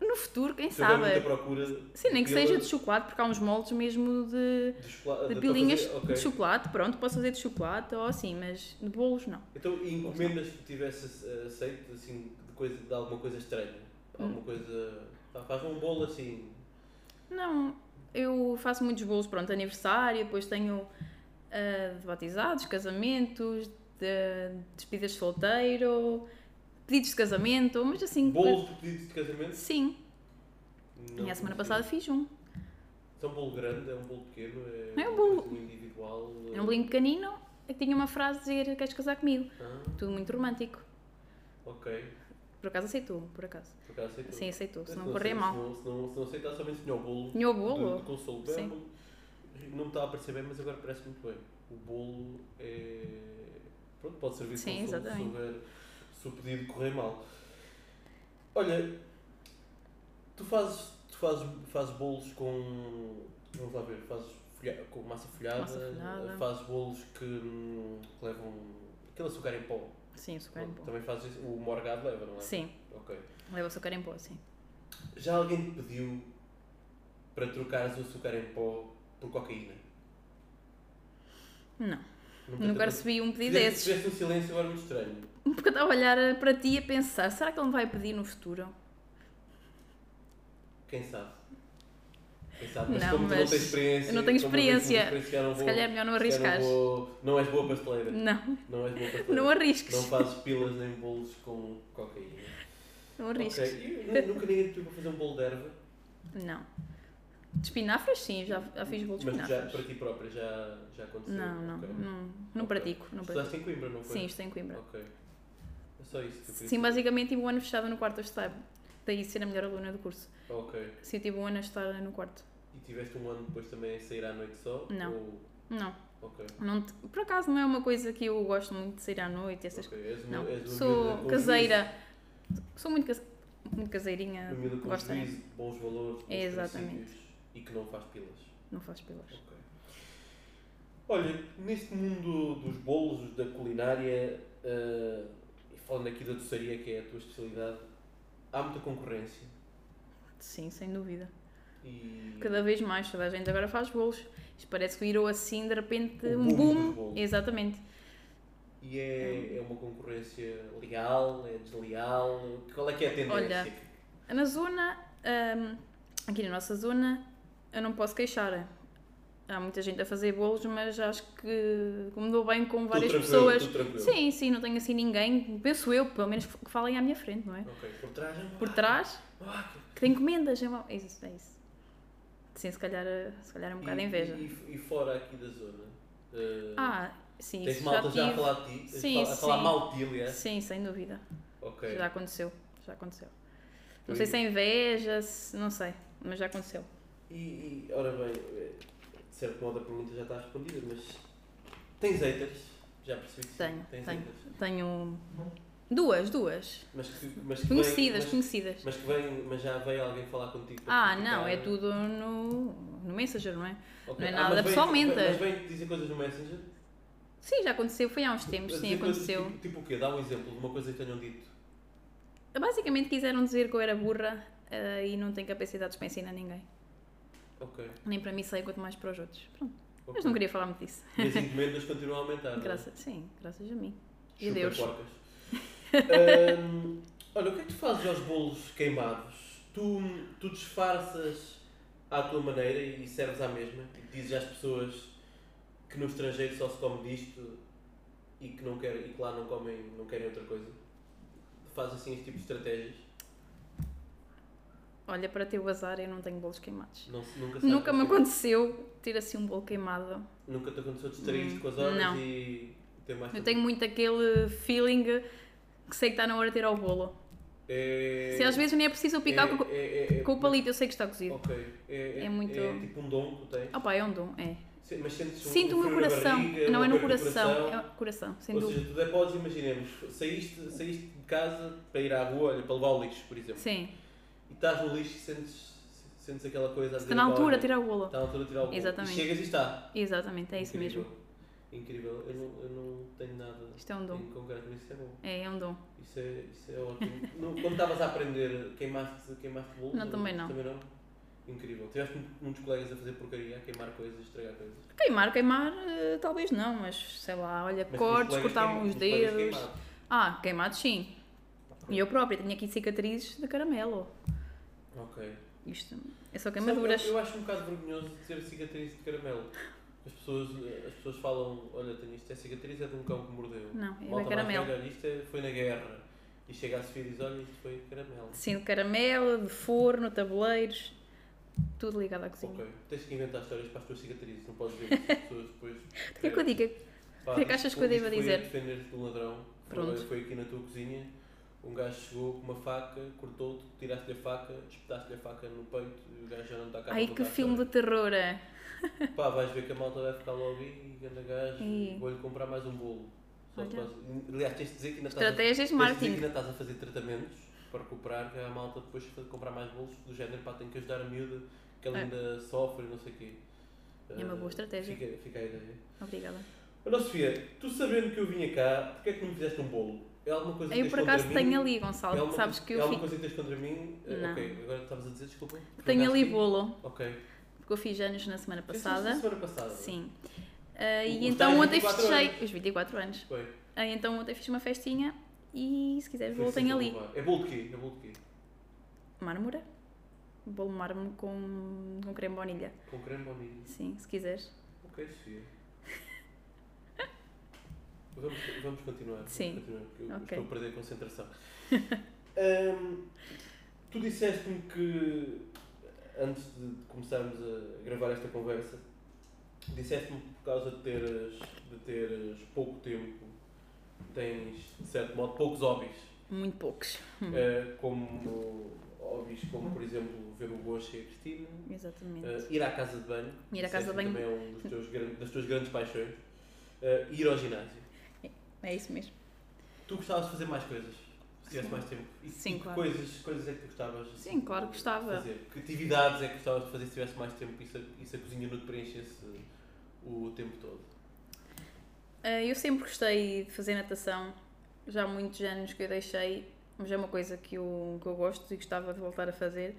S2: No futuro, quem
S1: Se houver muita
S2: sabe?
S1: procura.
S2: Sim, nem que seja de
S1: pilas,
S2: chocolate, porque há uns moldes mesmo de,
S1: de chocolate-
S2: de
S1: para
S2: pilinhas
S1: Ah, então fazer- ok.
S2: de chocolate. Pronto, posso fazer de chocolate ou assim, mas de bolos, não.
S1: Então, e encomendas que tivesse eh, aceito, assim, de, coisa, de alguma coisa estranha? Alguma
S2: Hum.
S1: coisa... Pá, faz um bolo, assim...
S2: Não, eu faço muitos bolos, pronto, aniversário, depois tenho ah, de batizados, casamentos, de despedidas de solteiro, pedidos de casamento, mas assim...
S1: Bolo de pedido de casamento?
S2: Sim,
S1: Não
S2: e a
S1: conhecia.
S2: semana passada fiz um.
S1: Então, um bolo grande, é um bolo pequeno, é...
S2: Não é um
S1: uma
S2: bolo-
S1: coisa individual...
S2: Era um bolinho pequenino, e tinha uma frase a dizer, queres casar comigo?
S1: Ah,
S2: Tudo muito romântico.
S1: ok.
S2: Por acaso aceitou, por acaso.
S1: Por acaso aceitou.
S2: Sim, aceitou, se não
S1: Se se
S2: correr mal.
S1: não- Se não, se não aceitar, somente tinha o bolo.
S2: Tinha o
S1: De, de
S2: bolo.
S1: consolo. Bem,
S2: Sim.
S1: Não me está a parecer bem, mas agora parece muito bem. O bolo é. Pronto, pode servir de
S2: Sim,
S1: consolo se,
S2: exatamente.
S1: houver, se o pedido correr mal. Olha, tu fazes, tu fazes, fazes bolos com. Vamos lá ver, fazes folha- com massa folhada,
S2: Massa folhada.
S1: fazes bolos que, hum, que levam aquele açúcar em pó.
S2: Sim, açúcar em pó.
S1: Também fazes isso? o morgado leva, não é?
S2: Sim,
S1: Ok.
S2: leva açúcar em pó, sim.
S1: Já alguém te pediu para trocares o açúcar em pó por cocaína?
S2: Não,
S1: Nunca
S2: nunca
S1: te-
S2: recebi um pedido
S1: Fizeste-
S2: desses.
S1: Fizeste um silêncio agora muito estranho.
S2: Porque eu estava a olhar para ti e a pensar, será que ele me vai pedir no futuro?
S1: Quem sabe? Quem sabe? Mas
S2: Não,
S1: como tu não
S2: mas
S1: tens experiência.
S2: eu não tenho
S1: como não tens
S2: experiência,
S1: muita experiência, não
S2: Se
S1: vou-
S2: calhar é melhor não
S1: se calhar
S2: arriscar.
S1: não vou- Não és boa pasteleira.
S2: Não,
S1: Não és boa pasteleira.
S2: não arrisques.
S1: Não fazes pilas nem bolos com cocaína.
S2: Não arrisques.
S1: Ok. E nunca ninguém te pediu para fazer um bolo de erva,
S2: Não. De espinafres, sim, já, já fiz bolo de
S1: mas já,
S2: espinafres.
S1: para ti própria já, já aconteceu.
S2: Não, não,
S1: Ok.
S2: não, não
S1: Ok.
S2: pratico. Não pratico.
S1: Estudaste em Coimbra, não foi?
S2: Sim, estou em Coimbra.
S1: Ok. É só isso que eu queria
S2: Sim,
S1: saber.
S2: basicamente tive um ano fechado no quarto a estudar. Daí ser a melhor aluna do curso.
S1: Ok.
S2: Sim, tive um ano a estudar no quarto.
S1: E tiveste um ano depois também a sair à noite só?
S2: Não.
S1: Ou...
S2: Não,
S1: Ok.
S2: não te- por acaso não é uma coisa que eu gosto muito de sair à noite, essas
S1: ok. És uma,
S2: Não,
S1: és uma miúda
S2: sou
S1: com
S2: caseira. Sou muito, case- muito
S1: juízo,
S2: caseirinha.
S1: Uma miúda Um com
S2: Gosto, né?
S1: juízo, bons valores, bons
S2: Exatamente.
S1: princípios e que não faz pilas.
S2: Não faz pilas.
S1: Ok. Olha, neste mundo dos bolos, da culinária, eh, e falando aqui da doçaria, que é a tua especialidade, há muita concorrência.
S2: Sim, sem dúvida.
S1: E...
S2: Cada vez mais, toda a gente agora faz bolos. Isto parece que virou assim de repente
S1: O
S2: um
S1: boom
S2: boom.
S1: dos bolos.
S2: Exatamente.
S1: E é, é uma concorrência leal, é desleal? Qual é que é a tendência?
S2: Olha, Na zona, hum, aqui na nossa zona, eu não posso queixar. Há muita gente a fazer bolos, mas acho que me dou bem com
S1: Tudo
S2: várias
S1: tranquilo,
S2: pessoas.
S1: tudo tranquilo.
S2: Sim, sim, não tenho assim ninguém, penso eu, pelo menos que falem à minha frente, não é?
S1: Ok, por trás é uma
S2: Por trás, que tem encomendas, é uma- é isso, é isso. Sim, se calhar, se calhar é um bocado
S1: E-
S2: inveja.
S1: E, e fora aqui da zona? eh,
S2: Ah, sim,
S1: tens
S2: isso já
S1: malta já, a
S2: tive.
S1: falar de ti? Tens
S2: Sim,
S1: fal- a falar
S2: sim.
S1: mal de ti, aliás?
S2: Sim, sem dúvida.
S1: Ok.
S2: Já aconteceu, já aconteceu. Não
S1: Pois.
S2: sei se é inveja, se- não sei, mas já aconteceu.
S1: E, e, ora bem, eh, de certo modo a pergunta já está respondida, mas tens haters? Já percebi que sim,
S2: Tenho,
S1: tens
S2: tenho.
S1: haters.
S2: Tenho duas, duas.
S1: Mas que, mas que
S2: Conhecidas,
S1: vem, mas,
S2: conhecidas.
S1: mas tipo que vem, mas já vem alguém falar contigo? para
S2: Ah, não,
S1: criticar?
S2: é tudo no, no Messenger, não é?
S1: Ok.
S2: não é
S1: Ah,
S2: nada
S1: mas vem-
S2: pessoalmente.
S1: Mas vem te dizer coisas no Messenger?
S2: Sim, já aconteceu, foi há
S1: Tipo,
S2: uns tempos, sim,
S1: Dizer coisas
S2: aconteceu.
S1: Tipo, tipo o quê? Dá um exemplo de uma coisa que tenham dito.
S2: Basicamente quiseram dizer que eu era burra eh, e não tenho capacidades para ensinar ninguém.
S1: Ok.
S2: Nem para mim sei, quanto mais para os outros. Pronto,
S1: ok.
S2: mas não queria falar muito disso.
S1: E as encomendas continuam a aumentar. não é?
S2: Graças, sim, graças a mim. E
S1: Chupa
S2: Deus.
S1: porcas. Ahm, olha, o que é que tu fazes aos bolos queimados? Tu, tu disfarças à tua maneira e serves à mesma? E dizes às pessoas que no estrangeiro só se come disto e que, não quer, e que lá não comem, não querem outra coisa? Fazes assim este tipo de estratégias?
S2: Olha, para ter o azar, eu não tenho bolos queimados.
S1: Não se- é nunca sabes
S2: Nunca me
S1: o que-
S2: aconteceu ter assim um bolo queimado.
S1: Nunca te aconteceu distrair-te
S2: Hum,
S1: com as horas
S2: não.
S1: e ter mais
S2: Eu
S1: tempo?
S2: tenho muito aquele feeling que sei que está na hora de ter ao bolo.
S1: É,
S2: Se às vezes nem é preciso picar
S1: é-
S2: com,
S1: é- é-
S2: com o palito, eu sei que está cozido.
S1: Ok. É, é,
S2: É muito-
S1: é tipo um dom que tu tens.
S2: Ah pá, é um dom, é.
S1: Se- Mas sentes um,
S2: Sinto
S1: um
S2: o meu
S1: frio na
S2: coração.
S1: barriga,
S2: Não,
S1: uma
S2: é
S1: dor
S2: no
S1: no
S2: coração. É o coração, sem
S1: Ou
S2: dúvida.
S1: seja, tu até podes, imaginemos, saíste, saíste de casa para ir à rua, olha, para levar o lixo, por exemplo.
S2: Sim.
S1: E estás no lixo e sentes, sentes aquela coisa a
S2: Está
S1: dizer,
S2: na
S1: "Pá,
S2: altura,
S1: olha,
S2: tira a bola.
S1: Está na altura de tirar o bolo.
S2: Exatamente.
S1: E chegas e está.
S2: Exatamente, é isso
S1: Tá. Incrível.
S2: mesmo.
S1: Incrível. Eu não, eu não tenho nada
S2: Isto é um dom.
S1: em concreto, mas isso é bom.
S2: É, é um dom.
S1: Isso é, isso é ótimo. No- quando estavas a aprender, queimaste, queimaste bolos?
S2: Não, também não.
S1: Também não? Incrível. Tiveste mu- muitos colegas a fazer porcaria, a queimar coisas, a estragar coisas. Mas
S2: Queimar, queimar, eh, talvez não, mas sei lá, olha,
S1: tinhas
S2: cortes,
S1: colegas
S2: cortavam
S1: queim-
S2: os
S1: colegas
S2: dedos.
S1: queimados.
S2: Ah, queimados sim. E eu própria tenho aqui cicatrizes de caramelo.
S1: Ok.
S2: Isto é só
S1: Sabe,
S2: queimaduras.
S1: Eu, eu acho um bocado vergonhoso ter cicatriz de caramelo. As pessoas, as pessoas falam, olha, tenho isto é cicatriz, é de um cão que mordeu.
S2: Não, é
S1: Malta
S2: bem caramelo.
S1: mais velha, olha, isto é- foi na guerra. E chega a Sofia e diz, olha, isto foi caramelo.
S2: Sim, de caramelo, de forno, tabuleiros, tudo ligado à cozinha.
S1: Ok, tens que inventar histórias para as tuas cicatrizes, não podes ver que as pessoas depois.
S2: O que é que eu digo? O que é que achas que eu devo dizer?
S1: defender-te de um ladrão.
S2: Pronto.
S1: Foi, foi aqui na tua cozinha. Um gajo chegou com uma faca, cortou-te, tiraste-lhe a faca, espetaste-lhe a faca no peito e o gajo já não está cá para
S2: Ai,
S1: contar
S2: que
S1: a
S2: filme
S1: história.
S2: de terror é?
S1: Pá, vais ver que a malta vai ficar logo aí, ganda gajo,
S2: Ih.
S1: vou-lhe comprar mais um bolo. Só
S2: Olha.
S1: que nós- Aliás, tens de dizer que ainda estás a-
S2: Estratégias
S1: tens
S2: de
S1: de dizer que
S2: marketing.
S1: ainda estás a fazer tratamentos para recuperar, que a malta depois de comprar mais bolos do género, pá, tem que ajudar a miúda, que ela
S2: É.
S1: ainda sofre, não sei o quê.
S2: É uma
S1: Eh,
S2: boa estratégia.
S1: Fica, fica a ideia.
S2: Obrigada.
S1: Olha, Sofia, tu sabendo que eu vinha cá, porque é que não me fizeste um bolo? É alguma coisa que
S2: Eu
S1: tens
S2: por
S1: contra
S2: acaso
S1: mim?
S2: tenho ali,
S1: É
S2: Gonçalo,
S1: alguma,
S2: que sabes
S1: coisa-
S2: que
S1: é
S2: eu
S1: alguma
S2: fi-
S1: coisa que tens contra mim? Eh,
S2: Não.
S1: Ok, agora estavas a dizer, desculpa. Por
S2: tenho
S1: acaso
S2: ali
S1: sim?
S2: bolo,
S1: Ok.
S2: porque eu fiz anos na semana
S1: Fizeste
S2: passada.
S1: isso na semana passada? é?
S2: Sim. Ah,
S1: Os
S2: e
S1: tais
S2: então ontem
S1: 24
S2: festejei
S1: anos.
S2: os 24 anos.
S1: Foi.
S2: Ah, então ontem fiz uma festinha e se quiseres bolo
S1: Foi
S2: tenho
S1: assim
S2: ali.
S1: que eu vou levar. É bolo de quê? É bolo de quê?
S2: Mármora. Bolo mármore com, com creme baunilha.
S1: Com creme baunilha.
S2: Sim, se quiseres.
S1: Ok, Sofia. Vamos, vamos continuar. vamos
S2: Sim.
S1: continuar, porque eu
S2: Ok.
S1: Estou a perder a concentração. Ahm, tu disseste-me que, antes de começarmos a gravar esta conversa, disseste-me que por causa de teres, de teres pouco tempo, tens, de certo modo, poucos hobbies.
S2: Muito poucos.
S1: Ah, como hobbies como, por exemplo, ver o Gosha e a Cristina.
S2: Exatamente.
S1: Uh, ir à casa de banho.
S2: Ir à casa de
S1: Sempre
S2: banho.
S1: Também é um dos teus gran- das tuas grandes paixões. Uh, ir ao ginásio.
S2: É isso mesmo.
S1: Tu gostavas de fazer mais coisas? Se tivesse mais tempo. E,
S2: Sim,
S1: e que
S2: claro.
S1: coisas, coisas é que tu gostavas? assim,
S2: Sim, claro que gostava.
S1: de Fazer? Que atividades é que gostavas de fazer se tivesse mais tempo e se a, e se a cozinha não te preenchesse o tempo todo?
S2: Ah, eu sempre gostei de fazer natação. Já há muitos anos que eu deixei, mas é uma coisa que eu, que eu gosto e gostava de voltar a fazer.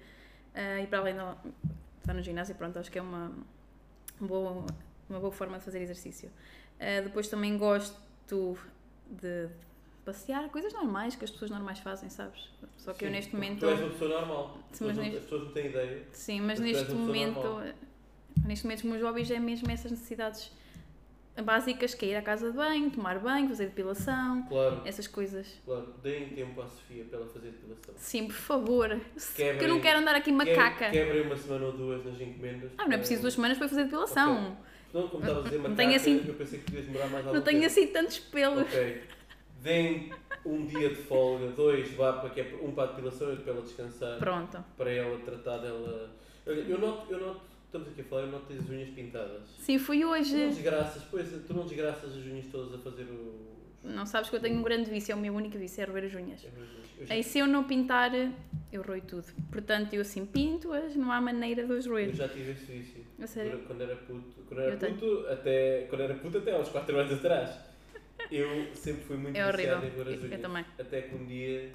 S2: Ah, e para além de estar no ginásio, pronto, acho que é uma boa, uma boa forma de fazer exercício. Ah, depois também gosto de passear, coisas normais que as pessoas normais fazem, sabes? Só que eu
S1: Sim,
S2: neste
S1: porque
S2: momento.
S1: Tu és uma pessoa normal.
S2: Sim, mas
S1: As pessoas não-
S2: neste-
S1: As pessoas não têm ideia.
S2: Sim, mas
S1: Mas tu és
S2: neste
S1: uma pessoa
S2: momento,
S1: normal.
S2: neste momento os meus hobbies é mesmo essas necessidades básicas que é ir à casa de banho, tomar banho, fazer depilação,
S1: Claro,
S2: essas coisas.
S1: claro. Deem tempo à Sofia para ela fazer depilação.
S2: Sim, por favor.
S1: Quebrem-
S2: Porque eu não quero andar aqui macaca.
S1: Quebrem uma semana ou duas nas encomendas.
S2: Ah, não é preciso
S1: para-
S2: duas semanas para fazer depilação.
S1: Não, como estava a dizer,
S2: Não
S1: macaca,
S2: tenho assim-
S1: eu pensei que podias demorar mais
S2: Não
S1: algum
S2: tenho
S1: tempo.
S2: assim tantos pelos.
S1: Ok. Deem um dia de folga, dois, vá para que é um para a depilação e outro para ela descansar,
S2: Pronto.
S1: para ela tratar dela. Olha, eu noto, eu noto, estamos aqui a falar, eu noto que tens as unhas pintadas.
S2: Sim, fui
S1: Tu não
S2: hoje.
S1: desgraças, pois, tu não desgraças as unhas todas a fazer o.
S2: Não sabes que eu tenho um grande vício, é o meu único vício, é roer as unhas.
S1: Eu já,
S2: Aí se eu não pintar, eu roio tudo. Portanto, eu assim pinto-as, não há maneira de as
S1: eu
S2: roer.
S1: já tive esse vício.
S2: A sério.
S1: Quando era puto, quando era
S2: Eu tenho.
S1: puto, até, quando era puto até aos 4 anos atrás. Eu sempre fui muito
S2: É horrível.
S1: viciado em ver as
S2: Eu
S1: unhas.
S2: eu também.
S1: Até que um dia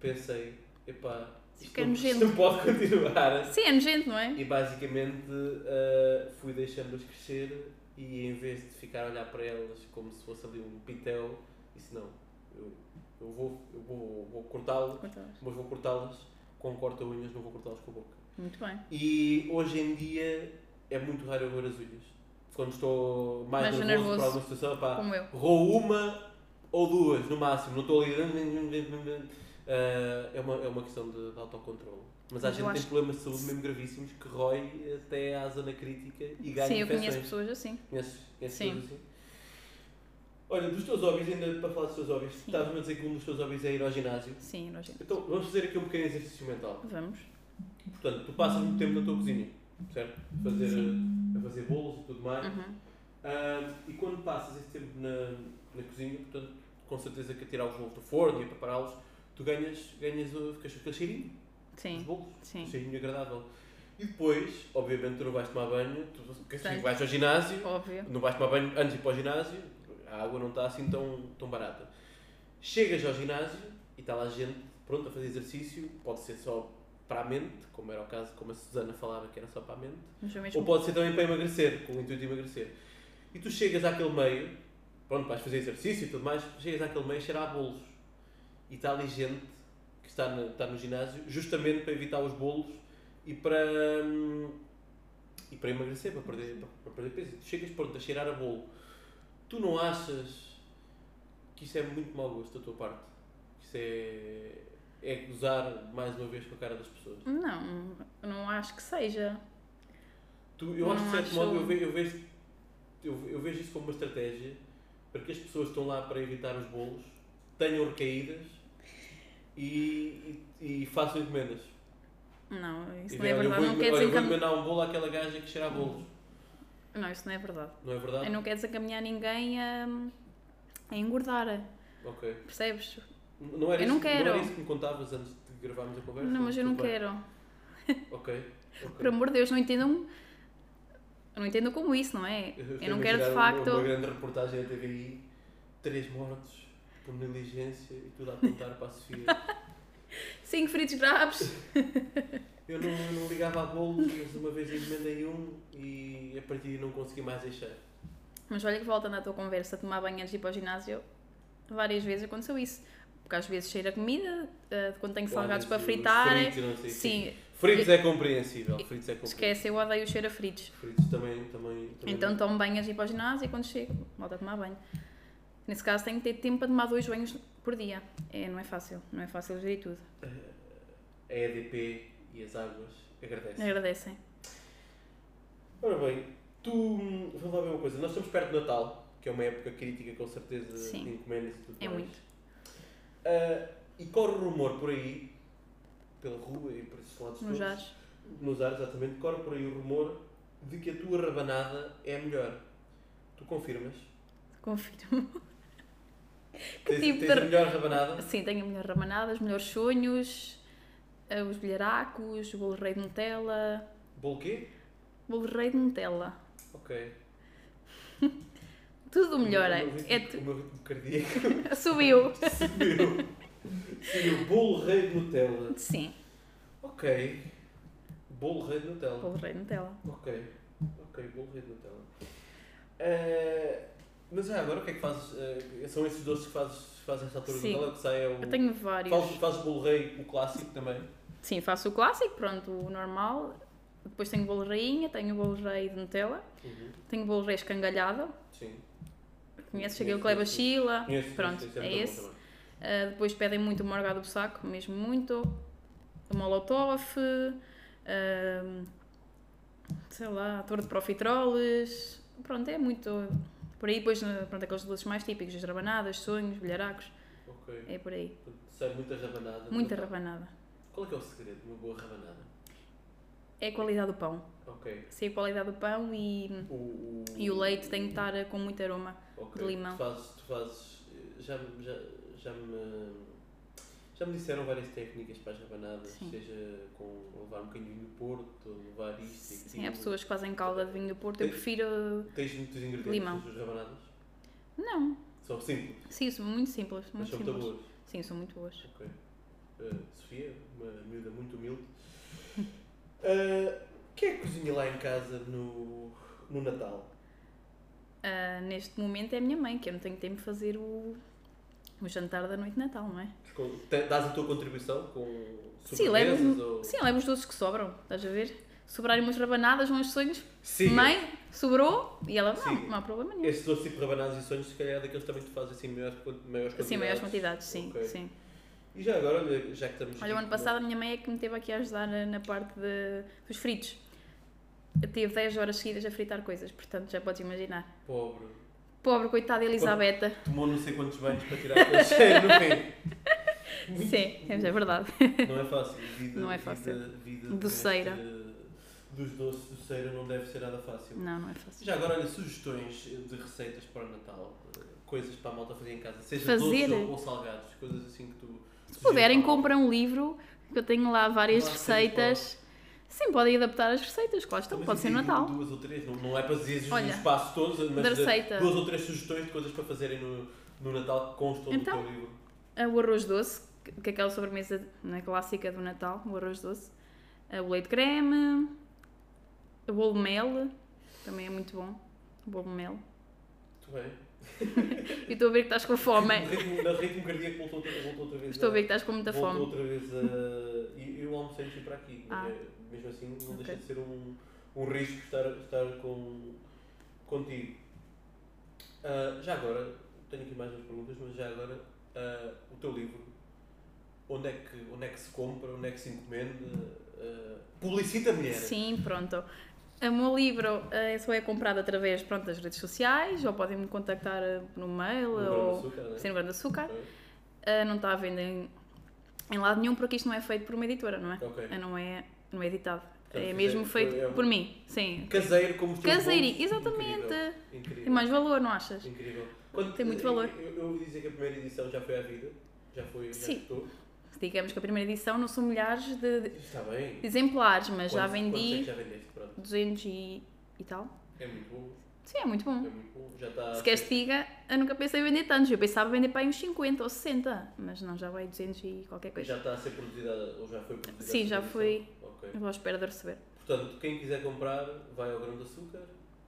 S1: pensei, epá, isto,
S2: Ficar
S1: não, isto
S2: nojento.
S1: não pode continuar. assim."
S2: Sim, é nojento, não é?
S1: E basicamente ah, fui deixando-as crescer e em vez de ficar a olhar para elas como se fosse ali um pitel, disse não, eu, eu vou, eu vou, vou cortá-las, mas vou cortá-las com corta-unhas, não vou cortá-las com a boca.
S2: Muito bem.
S1: E hoje em dia é muito raro eu ver as unhas. Quando estou mais
S2: Mais
S1: nervoso,
S2: nervoso.
S1: para alguma situação, pá,
S2: Como eu.
S1: Rou uma ou duas, no máximo. Não estou ali. Ah, é, uma, é uma questão de, de autocontrole. Mas há
S2: Mas eu
S1: gente que tem
S2: acho-
S1: problemas de saúde mesmo gravíssimos que rói até à zona crítica e ganha
S2: Sim, eu
S1: infecções.
S2: conheço pessoas assim.
S1: Conheces- conheces
S2: Sim.
S1: pessoas assim? Olha, dos teus hobbies, ainda para falar dos teus hobbies,
S2: Sim.
S1: estavas-me a dizer que um dos teus hobbies é ir ao ginásio.
S2: Sim, nós já-
S1: Então, vamos fazer aqui um pequeno exercício mental.
S2: Vamos.
S1: Portanto, tu passas muito tempo na tua cozinha, certo? A fazer,
S2: Sim.
S1: a fazer bolos e tudo mais.
S2: Uhum.
S1: Ah, e quando passas esse tempo na, na cozinha, portanto, com certeza que a tirar os bolos do forno e a prepará-los, tu ganhas, ganhas o- ficas com aquele cheirinho dos
S2: Sim,
S1: bolos, um
S2: sim.
S1: cheirinho agradável. E depois, obviamente, tu não vais tomar banho, tu quer dizer,
S2: Sim.
S1: vais ao ginásio,
S2: Óbvio.
S1: não vais tomar banho antes de ir para o ginásio, a água não está assim tão, tão barata. Chegas ao ginásio e está lá gente pronta a fazer exercício, pode ser só para a mente, como era o caso, como a Susana falava que era só para a mente,
S2: Mas eu mesmo.
S1: ou pode ser também para emagrecer, com o intuito de emagrecer. E tu chegas àquele meio, pronto, vais fazer exercício e tudo mais, chegas àquele meio cheira a bolos. E está ali gente que está no, está no ginásio justamente para evitar os bolos e para, hum, e para emagrecer, para perder, para, para perder peso. E tu chegas pronto a cheirar a bolo. Tu não achas que isso é muito mau gosto da tua parte? Que isso é. É gozar mais uma vez com a cara das pessoas.
S2: Não, não acho que seja.
S1: Tu, eu acho que, de certo
S2: Acho-
S1: modo, eu vejo, eu, vejo, eu, eu vejo isso como uma estratégia para que as pessoas que estão lá para evitar os bolos tenham recaídas e, e, e façam encomendas.
S2: Não, isso
S1: E
S2: não é
S1: digam, "Olha, Então, eu
S2: verdade.
S1: vou
S2: Não
S1: encom- olha,
S2: quer
S1: eu
S2: dizer
S1: vou
S2: que.
S1: encomendar um bolo àquela gaja que cheira a bolos.
S2: a- Não, isso não é verdade.
S1: Não é verdade?
S2: Eu não quer desencaminhar ninguém a, a engordar,
S1: Ok.
S2: percebes?
S1: N- Não era,
S2: Eu
S1: isso,
S2: não
S1: não era
S2: quero.
S1: isso que me contavas antes de gravarmos a conversa?
S2: Não, mas eu não
S1: Tudo bem.
S2: quero.
S1: Ok. ok.
S2: Por amor de Deus, não entendam não entendam como isso, não é? Eu não
S1: fui
S2: quero de
S1: imaginar uma-
S2: facto.
S1: Uma grande reportagem da TVI: três mortos por negligência e tudo a apontar para a Sofia.
S2: Cinco fritos graves.
S1: Eu não, eu não ligava a bolos, mas uma vez encomendei um e a partir daí não consegui mais deixar.
S2: Mas olha que voltando à tua conversa, tomar banho antes de ir para o ginásio, várias vezes aconteceu isso. Porque às vezes cheira a comida, eh, quando tenho salgados para
S1: Olha, os
S2: fritar. né? é-
S1: Fritos, e não sei o quê.
S2: Sim,
S1: Fritos é compreensível. Fritos é compreensível.
S2: esquece, eu odeio o cheiro a fritos.
S1: Fritos também. também, também
S2: Então
S1: não.
S2: tomo banho antes de ir para o ginásio e quando chego, volto a tomar banho. Nesse caso tenho que ter tempo para tomar dois banhos por dia. É, não é fácil, não é fácil gerir tudo.
S1: é A EDP e as águas agradecem.
S2: Agradecem. é
S1: Ora bem, tu. hum, Vamos lá ver uma coisa. Nós estamos perto do Natal, que é uma época crítica, com certeza,
S2: Sim.
S1: de encomendas e tudo
S2: É
S1: mais.
S2: muito.
S1: Ah, e corre rumor por aí, pela rua e por esses lados todos.
S2: Nos jares.
S1: nos ar, exatamente, corre por aí o rumor de que a tua rabanada é a melhor. Tu confirmas?
S2: Confirmo.
S1: tens
S2: tipo
S1: tens
S2: de-
S1: a melhor rabanada?
S2: Sim, tenho a melhor rabanada, os melhores sonhos, eh, os bilharacos, o bolo rei de Nutella.
S1: Bolo quê?
S2: Bolo rei de Nutella.
S1: Ok.
S2: Tudo o melhor, é.
S1: O meu ritmo,
S2: é tu-
S1: o meu ritmo cardíaco
S2: Subiu.
S1: subiu. Subiu. Bolo rei de Nutella.
S2: Sim,
S1: Ok. Bolo rei de Nutella.
S2: bolo rei de Nutella.
S1: Ok. Ok, bolo rei de Nutella. Eh, mas já agora o que é que fazes? eh, são esses doces que fazes, fazes esta altura do
S2: Sim.
S1: Nutella? Que sai é o...
S2: Eu tenho vários.
S1: Fazes, fazes bolo rei, o clássico também?
S2: Sim, faço o clássico, pronto, o normal. Depois tenho bolo rainha, tenho bolo rei de Nutella,
S1: Uhum.
S2: tenho bolo rei escangalhado.
S1: Sim.
S2: Conheces
S1: Sim,
S2: aquele
S1: sim,
S2: que leva
S1: sim.
S2: chila?
S1: Conheço,
S2: Pronto,
S1: conheço,
S2: é
S1: muito bom
S2: esse.
S1: também.
S2: Ah, depois pedem muito o morgado do saco, mesmo muito. O molotov, ahm, sei lá, a torre de profiteroles. Pronto, é muito. Por aí, depois, ah, pronto, aqueles doces mais típicos, as rabanadas, sonhos, bilharacos,
S1: Ok.
S2: é por aí.
S1: Portanto, Sai muita rabanada.
S2: Muita rabanada.
S1: Qual é que é o segredo de uma boa rabanada?
S2: É a qualidade do pão.
S1: Ok.
S2: Sei a qualidade do pão e,
S1: O, o...
S2: e o leite tem que estar ah, com muito aroma.
S1: Ok.
S2: de limão.
S1: Tu fazes. Tu fazes eh, já, me- já, já me. Já me disseram várias técnicas para as rabanadas,
S2: Sim.
S1: seja com levar um bocadinho do Porto, levar isto e
S2: Sim, há
S1: aquilo.
S2: pessoas que fazem calda de vinho do Porto. Eu prefiro.
S1: Tens muitos ingredientes
S2: Limão.
S1: nas tuas rabanadas?
S2: Não,
S1: São simples,
S2: sim, são muito simples.
S1: mas
S2: Muito
S1: são muito
S2: simples.
S1: boas.
S2: Sim, são muito boas.
S1: Ok. Eh, Sofia, uma miúda muito humilde. Eh, quem é que cozinha lá em casa no, no Natal?
S2: Ah, neste momento é a minha mãe, que eu não tenho tempo de fazer o, o jantar da noite de Natal, não é?
S1: Com- te- Dás a tua contribuição com
S2: Sim, levo-
S1: sobremesas ou...
S2: Sim, levo os doces que sobram, estás a ver? Sobrarem umas rabanadas, uns sonhos.
S1: Sim.
S2: Mãe, sobrou? E ela, não,
S1: Siga.
S2: não há problema nenhum.
S1: Esses doces tipo rabanadas e sonhos, se calhar é daqueles também que tu fazes assim maiores, quan- maiores quantidades.
S2: Sim, maiores quantidades, sim,
S1: Ok.
S2: sim.
S1: E já agora, olha, já que estamos... tipo,
S2: Olha, o ano passado a minha mãe é que me teve aqui a ajudar na na parte de- dos fritos. Teve 10 horas seguidas a fritar coisas, portanto já podes imaginar.
S1: Pobre.
S2: Pobre, coitada Elisabeta.
S1: Tomou não sei quantos banhos para tirar aquele cheiro no fim. Muito-
S2: Sim, é é verdade.
S1: Não é fácil. Vida,
S2: Não é fácil.
S1: Vida, vida
S2: Doceira.
S1: deste- Dos doces doceira não deve ser nada fácil.
S2: Não, não é fácil.
S1: Já agora, olha, sugestões de receitas para o Natal, eh, coisas para a malta fazer em casa, seja
S2: Fazer?
S1: doces ou, ou salgados, coisas assim que tu.
S2: Se puderem, comprem um livro que eu tenho lá várias
S1: Não há
S2: receitas. Sim, podem adaptar as receitas, claro, estão, pode ser no Natal.
S1: um, Duas ou três, não, não é para dizer os
S2: Olha,
S1: espaços todos, mas
S2: da
S1: eh,
S2: receita.
S1: duas ou três sugestões de coisas para fazerem no, no Natal que constam
S2: Então?
S1: do teu livro.
S2: Ah, O arroz doce, que- que é aquela sobremesa né, clássica do Natal, o arroz doce. Ah, O leite creme, o bolo de mel, também é muito bom. O bolo de mel.
S1: Muito bem.
S2: E estou a ver que estás com
S1: O
S2: fome.
S1: ritmo, o ritmo cardíaco voltou, outra- voltou outra vez.
S2: Estou a
S1: a-
S2: ver que estás com muita
S1: voltou
S2: fome.
S1: outra vez a. e Eu almocei sempre para aqui, mas
S2: Ah.
S1: é- mesmo assim não deixa
S2: Ok.
S1: de ser um, um risco estar, estar com, contigo. Ah, já agora, tenho aqui mais umas perguntas, mas já agora, ah, o teu livro, onde é, que, onde é que se compra, onde é que se encomenda? Ah, publicita mulher!
S2: Sim, pronto. Ah, O meu livro eh, só é comprado através pronto, das redes sociais, ou podem me contactar eh, no mail,
S1: Um grão de
S2: ou
S1: açúcar, né?
S2: sem grande açúcar.
S1: Ok,
S2: Eh, não está a venda em, em lado nenhum, porque isto não é feito por uma editora, não é?
S1: Ok.
S2: Eh, Não é, não é editado.
S1: Portanto,
S2: é mesmo
S1: fizer-
S2: feito
S1: é um-
S2: por mim, sim.
S1: Caseiro como os teus
S2: Caseirinho,
S1: bolos.
S2: exatamente.
S1: Incrível,
S2: Tem
S1: Incrível.
S2: mais valor, não achas?
S1: Incrível. Quando-
S2: Tem muito valor.
S1: Eu, eu ouvi dizer que a primeira edição já foi à vida. Já foi, já
S2: Sim.
S1: estou.
S2: Digamos que a primeira edição não são milhares de, de
S1: Está bem.
S2: exemplares, mas já
S1: Quantos- quantos é que
S2: vendi
S1: já vendeste? Pronto.
S2: 200 e, e tal.
S1: É muito bom.
S2: Sim, é muito bom.
S1: É muito bom. Já está.
S2: Se queres que te diga, eu nunca pensei em vender tantos. Eu pensava vender para aí uns 50 ou 60, mas não, já vai 200 e qualquer coisa.
S1: Já está a ser produzida ou já foi produzida?
S2: Sim,
S1: a
S2: já
S1: segunda
S2: foi.
S1: edição? Ok.
S2: Eu vou à espera de receber.
S1: Portanto, quem quiser comprar, vai ao Grão de Açúcar,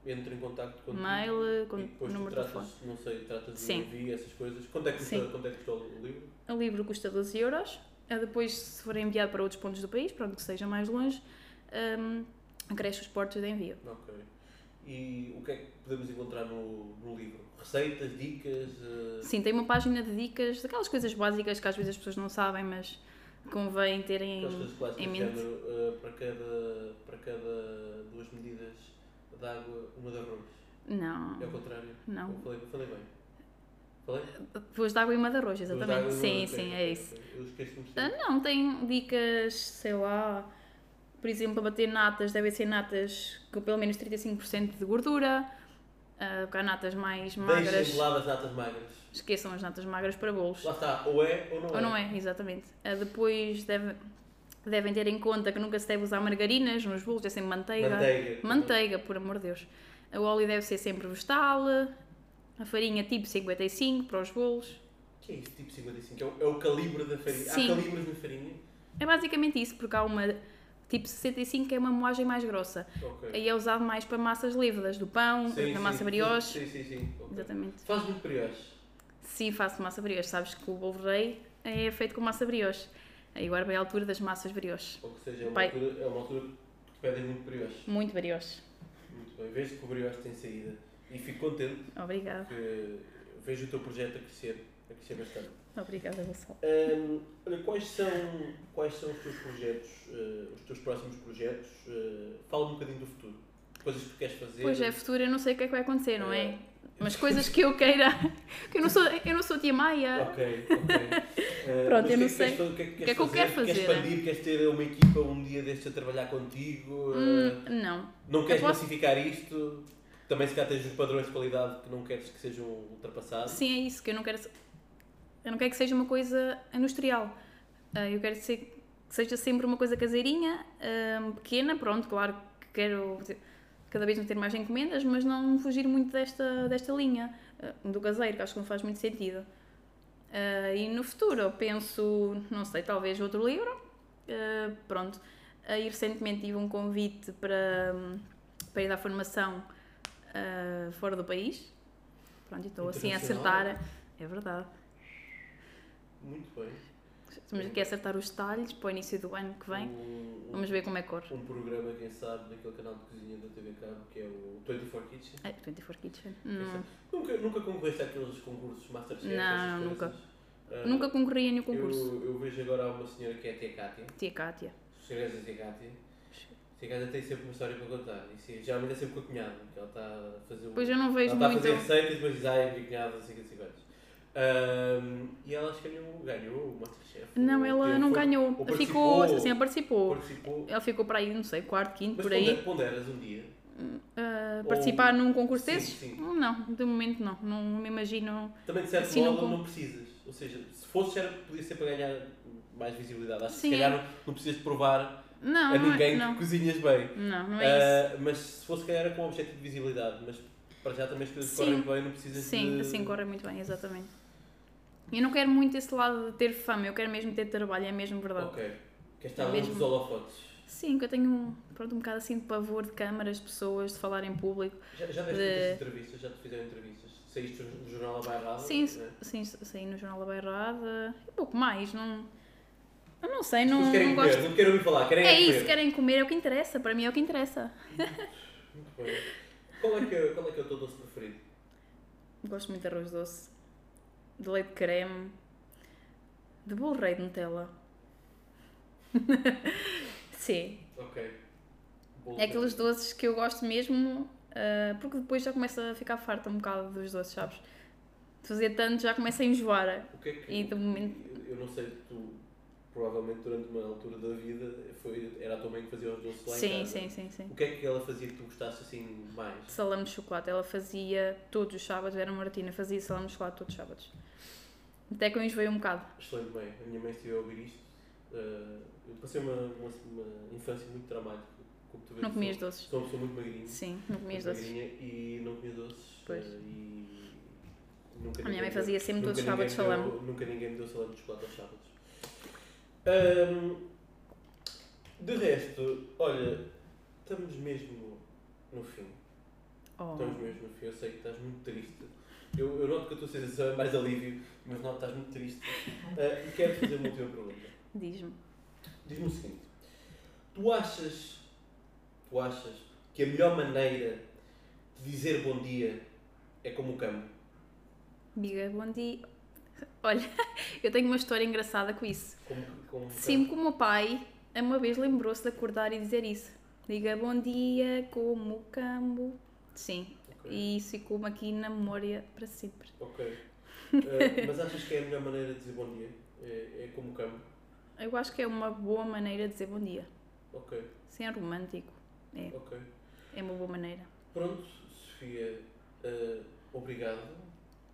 S1: entra em contacto contigo.
S2: Mail, com
S1: e depois
S2: número
S1: tu
S2: de
S1: tratas,
S2: telefone.
S1: não sei, tratas de
S2: Sim.
S1: envio, essas coisas. Quanto é que
S2: Sim.
S1: custou, quanto é que custou o livro?
S2: O livro custa 12 euros. Ah, Depois, se for enviado para outros pontos do país, pronto, que seja mais longe, hum, cresce os portos de envio.
S1: Ok. E o que é que podemos encontrar no, no livro? Receitas, dicas? eh,
S2: Sim, tem uma página de dicas, daquelas coisas básicas que às vezes as pessoas não sabem, mas convém terem.
S1: Aquelas coisas clássicas
S2: em
S1: do
S2: mente.
S1: género, eh, para, cada, para cada duas medidas de água, uma de arroz.
S2: Não,
S1: É o contrário. Eu
S2: não.
S1: falei, falei bem. Falei?
S2: Duas de água e uma de arroz,
S1: Duas de água
S2: exatamente.
S1: e
S2: Sim,
S1: uma de-
S2: sim,
S1: ok,
S2: é
S1: ok,
S2: isso.
S1: ok. Eu esqueci-me de
S2: Ah,
S1: dizer.
S2: Não, tem dicas, sei lá, por exemplo, para bater natas, devem ser natas com pelo menos 35% de gordura, ah, porque há natas mais magras.
S1: Deixem de lado as natas magras.
S2: Esqueçam as natas magras para bolos.
S1: Lá está, ou é ou não
S2: Ou
S1: é.
S2: não é, exatamente. Ah, depois deve- devem ter em conta que nunca se deve usar margarinas nos bolos, é sempre manteiga.
S1: Manteiga.
S2: Manteiga, por amor de Deus. O óleo deve ser sempre vegetal, a farinha tipo 55 para os bolos.
S1: que é isso? Tipo 55? É o, é o calibre da farinha.
S2: Sim.
S1: Há calibres na farinha?
S2: É basicamente isso, porque há uma tipo 65 que é uma moagem mais grossa.
S1: Ok.
S2: Aí é usado mais para massas lívidas, do pão,
S1: Sim,
S2: para
S1: sim,
S2: massa
S1: sim,
S2: brioche.
S1: Sim, sim, sim. ok.
S2: Exatamente.
S1: Faz muito brioche.
S2: Sim, faço massa brioche. Sabes que o bolo rei é feito com massa brioche. Aí agora vem a altura das massas brioche.
S1: Ou que seja, é uma,
S2: Pai.
S1: altura, é uma altura que pedem muito brioche.
S2: Muito brioche.
S1: Muito bem. Vês que o brioche tem saída. E fico contente.
S2: Obrigada.
S1: que vejo o teu projeto a crescer, a crescer bastante.
S2: Obrigada, Gonçalo.
S1: Ahm, olha, quais, são, quais são os teus projetos, eh, os teus próximos projetos? Eh, fala um bocadinho do futuro. Coisas que tu queres fazer.
S2: Pois é, futuro eu não sei o que é que vai acontecer, não é?
S1: É.
S2: Mas coisas que eu queira. que eu não sou, eu não sou tia Maia.
S1: Ok, ok. Eh,
S2: Pronto,
S1: mas
S2: eu
S1: o que é que queres
S2: não sei.
S1: fa- O que é que,
S2: que
S1: queres
S2: é que eu quero
S1: Queres
S2: fazer?
S1: expandir? Queres ter uma equipa um dia destes a trabalhar contigo? Eh,
S2: Hum, não.
S1: não queres
S2: eu posso-
S1: massificar isto? Também se cá tens os padrões de qualidade que não queres que sejam ultrapassados.
S2: Sim, é isso, que eu não quero. se- Eu não quero que seja uma coisa industrial. Ah, Eu quero ser- que seja sempre uma coisa caseirinha, ah, pequena, pronto, claro que quero ter- cada vez ter mais encomendas, mas não fugir muito desta, desta linha ah, do caseiro, que acho que não faz muito sentido. Ah, E no futuro eu penso, não sei, talvez outro livro. Ah, Pronto. Aí recentemente tive um convite para, para ir dar formação ah, fora do país. Pronto, e estou assim a
S1: Internacional.
S2: acertar. É verdade.
S1: Muito bem.
S2: Estamos aqui a acertar os detalhes para o início do ano que vem.
S1: Um-
S2: Vamos ver como é que corre.
S1: um programa, quem sabe, daquele canal de cozinha da TV Cabo, que é o 24 Kitchen.
S2: Ai, 24 Kitchen. Hum.
S1: Quem
S2: Não.
S1: sabe? Nunca, nunca concorreste àqueles concursos Masterchef?
S2: Não,
S1: essas
S2: nunca.
S1: coisas? Ah,
S2: Nunca concorri a nenhum concurso.
S1: Eu, eu vejo agora uma senhora que é a Tia Cátia.
S2: Tia Cátia.
S1: Senhoras da Tia Cátia. Se a gaja tem sempre uma história para contar. E se, geralmente é sempre com a cunhada, que ela está a fazer um.
S2: Pois eu não
S1: ela
S2: vejo
S1: está a
S2: muito.
S1: fazer receita e depois diz, ai, a minha cunhada, não sei o que, não sei quantos. Ahm, e ela acho que ganhou, ganhou o Masterchef.
S2: Não,
S1: ou
S2: ela
S1: teve-
S2: não
S1: foi-
S2: ganhou.
S1: ou
S2: Ficou,
S1: participou.
S2: assim, participou.
S1: Participou.
S2: Ela ficou para aí, não sei, quarto, quinto,
S1: Mas
S2: por aí.
S1: ponder- ponderas um dia.
S2: Ah,
S1: Ou-
S2: participar num concurso
S1: Sim,
S2: desses?
S1: sim.
S2: Não, de momento não. Não me imagino.
S1: Também de certo
S2: Assim não
S1: modo
S2: com-
S1: não precisas. Ou seja, se fosse era, podia ser para ganhar mais visibilidade. Acho que
S2: Sim,
S1: se calhar não, não precisas de provar
S2: Não,
S1: a
S2: não,
S1: ninguém
S2: é, não.
S1: que cozinhas bem.
S2: não, não é isso.
S1: Ah, mas se fosse se calhar era com o objeto de visibilidade, mas para já também as coisas
S2: Sim.
S1: correm bem, não precisas
S2: Sim,
S1: de.
S2: assim corre muito bem, exatamente. Eu não quero muito esse lado de ter fama, eu quero mesmo ter trabalho, é mesmo verdade.
S1: Ok. Queres estar
S2: É Mesmo.
S1: mesmo dos holofotes.
S2: Sim, que eu tenho um, pronto, um bocado assim de pavor de câmaras, de pessoas, de falar em público.
S1: Já, já deste
S2: De-
S1: muitas entrevistas, já te fizeram entrevistas. Saíste no jornal a bairrada.
S2: Sim,
S1: Né?
S2: sim, saí no Jornal da Bairrada, e pouco mais, não. Eu não sei,
S1: As
S2: não,
S1: pessoas
S2: não
S1: querem comer,
S2: gosto.
S1: não querem ouvir falar, querem
S2: É isso,
S1: comer.
S2: querem comer, é o que interessa, para mim é o que interessa.
S1: Muito bem. Qual é, que, é- qual é que é o teu doce preferido?
S2: Gosto muito de arroz doce, de leite de creme, de bolo rei de Nutella. Sim,
S1: Ok. Bolo
S2: é aqueles
S1: doce.
S2: doces que eu gosto mesmo, ah, porque depois já começa a ficar farta um bocado dos doces, sabes? De fazer tanto já começa a enjoar.
S1: O que é que-
S2: E do momento-
S1: eu- Eu não sei, tu provavelmente durante uma altura da vida foi, era a tua mãe que fazia os doces lá em
S2: Sim,
S1: casa.
S2: sim, sim, sim.
S1: O que é que ela fazia que tu gostasse assim mais?
S2: Salame de chocolate, ela fazia todos os sábados, era Martina, fazia salame de chocolate todos os sábados. Até que eu enjoei um bocado.
S1: Excelente mãe, a minha mãe estiver a ouvir isto. eh, eu passei uma, uma, uma infância muito dramática, como tu vês.
S2: Não
S1: eu
S2: comias
S1: sou-
S2: doces.
S1: Sou uma pessoa muito magrinha.
S2: Sim, não comias
S1: muito
S2: doces.
S1: magrinha E não comia doces.
S2: Pois.
S1: eh, e nunca
S2: A minha mãe
S1: ninguém-
S2: fazia sempre todos os
S1: nunca
S2: sábados
S1: ninguém me
S2: salame.
S1: deu- Nunca ninguém me deu salame de chocolate aos sábados. Ahm, de resto, olha, estamos mesmo no fim.
S2: Oh.
S1: Estamos mesmo no fim. Eu sei que estás muito triste. Eu, eu noto que a tua sensação é mais alívio, mas não, estás muito triste. Ah, e quero fazer uma última pergunta.
S2: Diz-me.
S1: Diz-me o seguinte: tu achas, tu achas que a melhor maneira de dizer bom dia é como o camo?
S2: Diga bom dia. Olha, eu tenho uma história engraçada com isso.
S1: Como, como o
S2: Sim,
S1: camo?
S2: como o meu pai uma vez lembrou-se de acordar e dizer isso. Diga bom dia, como o cambo. Sim,
S1: Ok.
S2: e isso ficou-me aqui na memória para sempre.
S1: Ok. Ah, mas achas que é a melhor maneira de dizer bom dia? É, é como o camo?
S2: Eu acho que é uma boa maneira de dizer bom dia.
S1: Ok,
S2: Sem é romântico. É,
S1: ok.
S2: é uma boa maneira.
S1: Pronto, Sofia, ah, obrigado.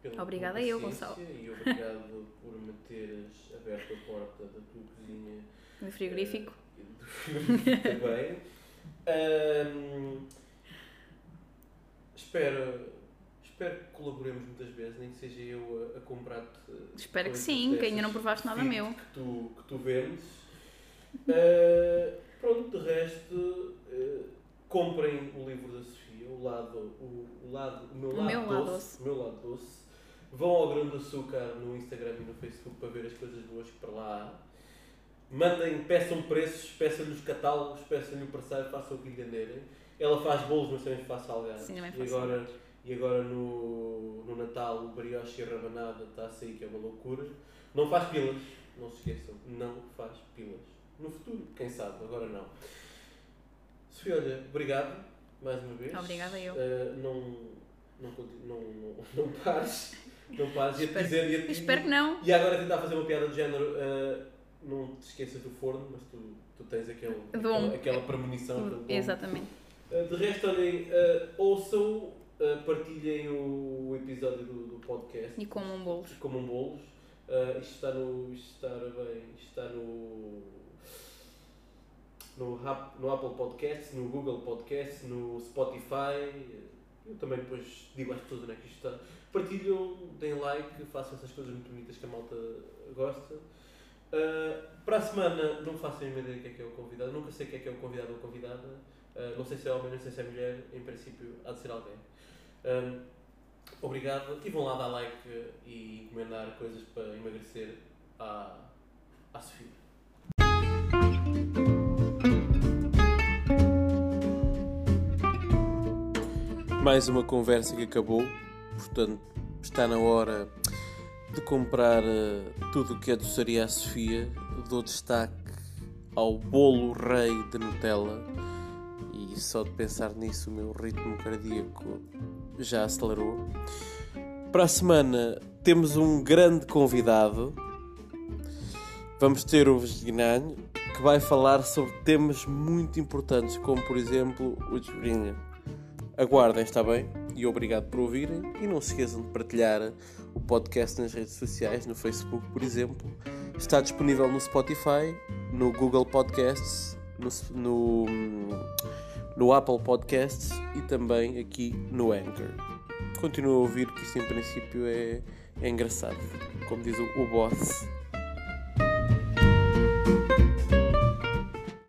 S1: Pela
S2: Obrigada
S1: tua
S2: eu,
S1: paciência
S2: Gonçalo.
S1: E obrigado por me teres aberto a porta da tua cozinha
S2: No frigorífico.
S1: e do frigorífico também. Ahm, espero, espero que colaboremos muitas vezes, nem que seja eu a, a comprar-te.
S2: Espero que
S1: coisas
S2: sim, que ainda
S1: dessas
S2: não provaste nada
S1: que-
S2: meu.
S1: Que tu, que tu vendes. Ah, pronto, de resto, ah, comprem o livro da Sofia, o lado, o, o lado, o meu,
S2: O
S1: lado,
S2: meu lado
S1: doce,
S2: doce.
S1: o meu lado doce. Vão ao Grão do Açúcar no Instagram e no Facebook para ver as coisas boas que para lá há. Mandem, peçam preços, peçam-lhe os catálogos, peçam-lhe o parceiro, façam o que lhe entenderem. Ela faz bolos, mas também faz salgados.
S2: Sim, também
S1: e
S2: faz
S1: agora, e agora no, no Natal o brioche e a rabanada está a sair, que é uma loucura. Não faz pilas, não se esqueçam, não faz pilas. No futuro, quem sabe, agora não. Sofia, olha, obrigado mais uma vez.
S2: Obrigada eu.
S1: Eh, não, não, conti- não, não, não pares, não pares. Ia-te
S2: Espero-
S1: dizer, ia-te
S2: Espero que não.
S1: e agora tentar fazer uma piada do género. ah, não te esqueças do forno, mas tu, tu tens aquele,
S2: Dom.
S1: aquela, aquela premonição. aquele dom.
S2: Exatamente.
S1: Ah, de resto, olhem, ah, ouçam, ah, partilhem o, episódio do, do podcast.
S2: E um comam bolos.
S1: Comam um bolos. Ah, isto está no. Isto está ora bem. Isto está no. No, Hap- no Apple Podcasts, no Google Podcasts, no Spotify. Eu também depois digo às pessoas onde é que isto está. Partilham, deem like, façam essas coisas muito bonitas que a malta gosta. Ah, para a semana, não façam ideia de quem é que é o convidado. Nunca sei quem é que é o convidado ou convidada. Ah, não sei se é homem, não sei se é mulher. Em princípio, há de ser alguém. Ah, obrigado. E vão lá dar like e encomendar coisas para emagrecer à, à Sofia. Mais uma conversa que acabou, portanto está na hora de comprar eh, tudo o que é doçaria à Sofia. Dou destaque ao bolo rei de Nutella e só de pensar nisso o meu ritmo cardíaco já acelerou. Para a semana temos um grande convidado. Vamos ter o Vesguinanho que vai falar sobre temas muito importantes, como por exemplo o desbrilho. Aguardem, está bem? E obrigado por ouvirem. E não se esqueçam de partilhar o podcast nas redes sociais, no Facebook, por exemplo. Está disponível no Spotify, no Google Podcasts, no, no, no Apple Podcasts e também aqui no Anchor. Continuem a ouvir, que isto em princípio é, é engraçado. Como diz o, o boss.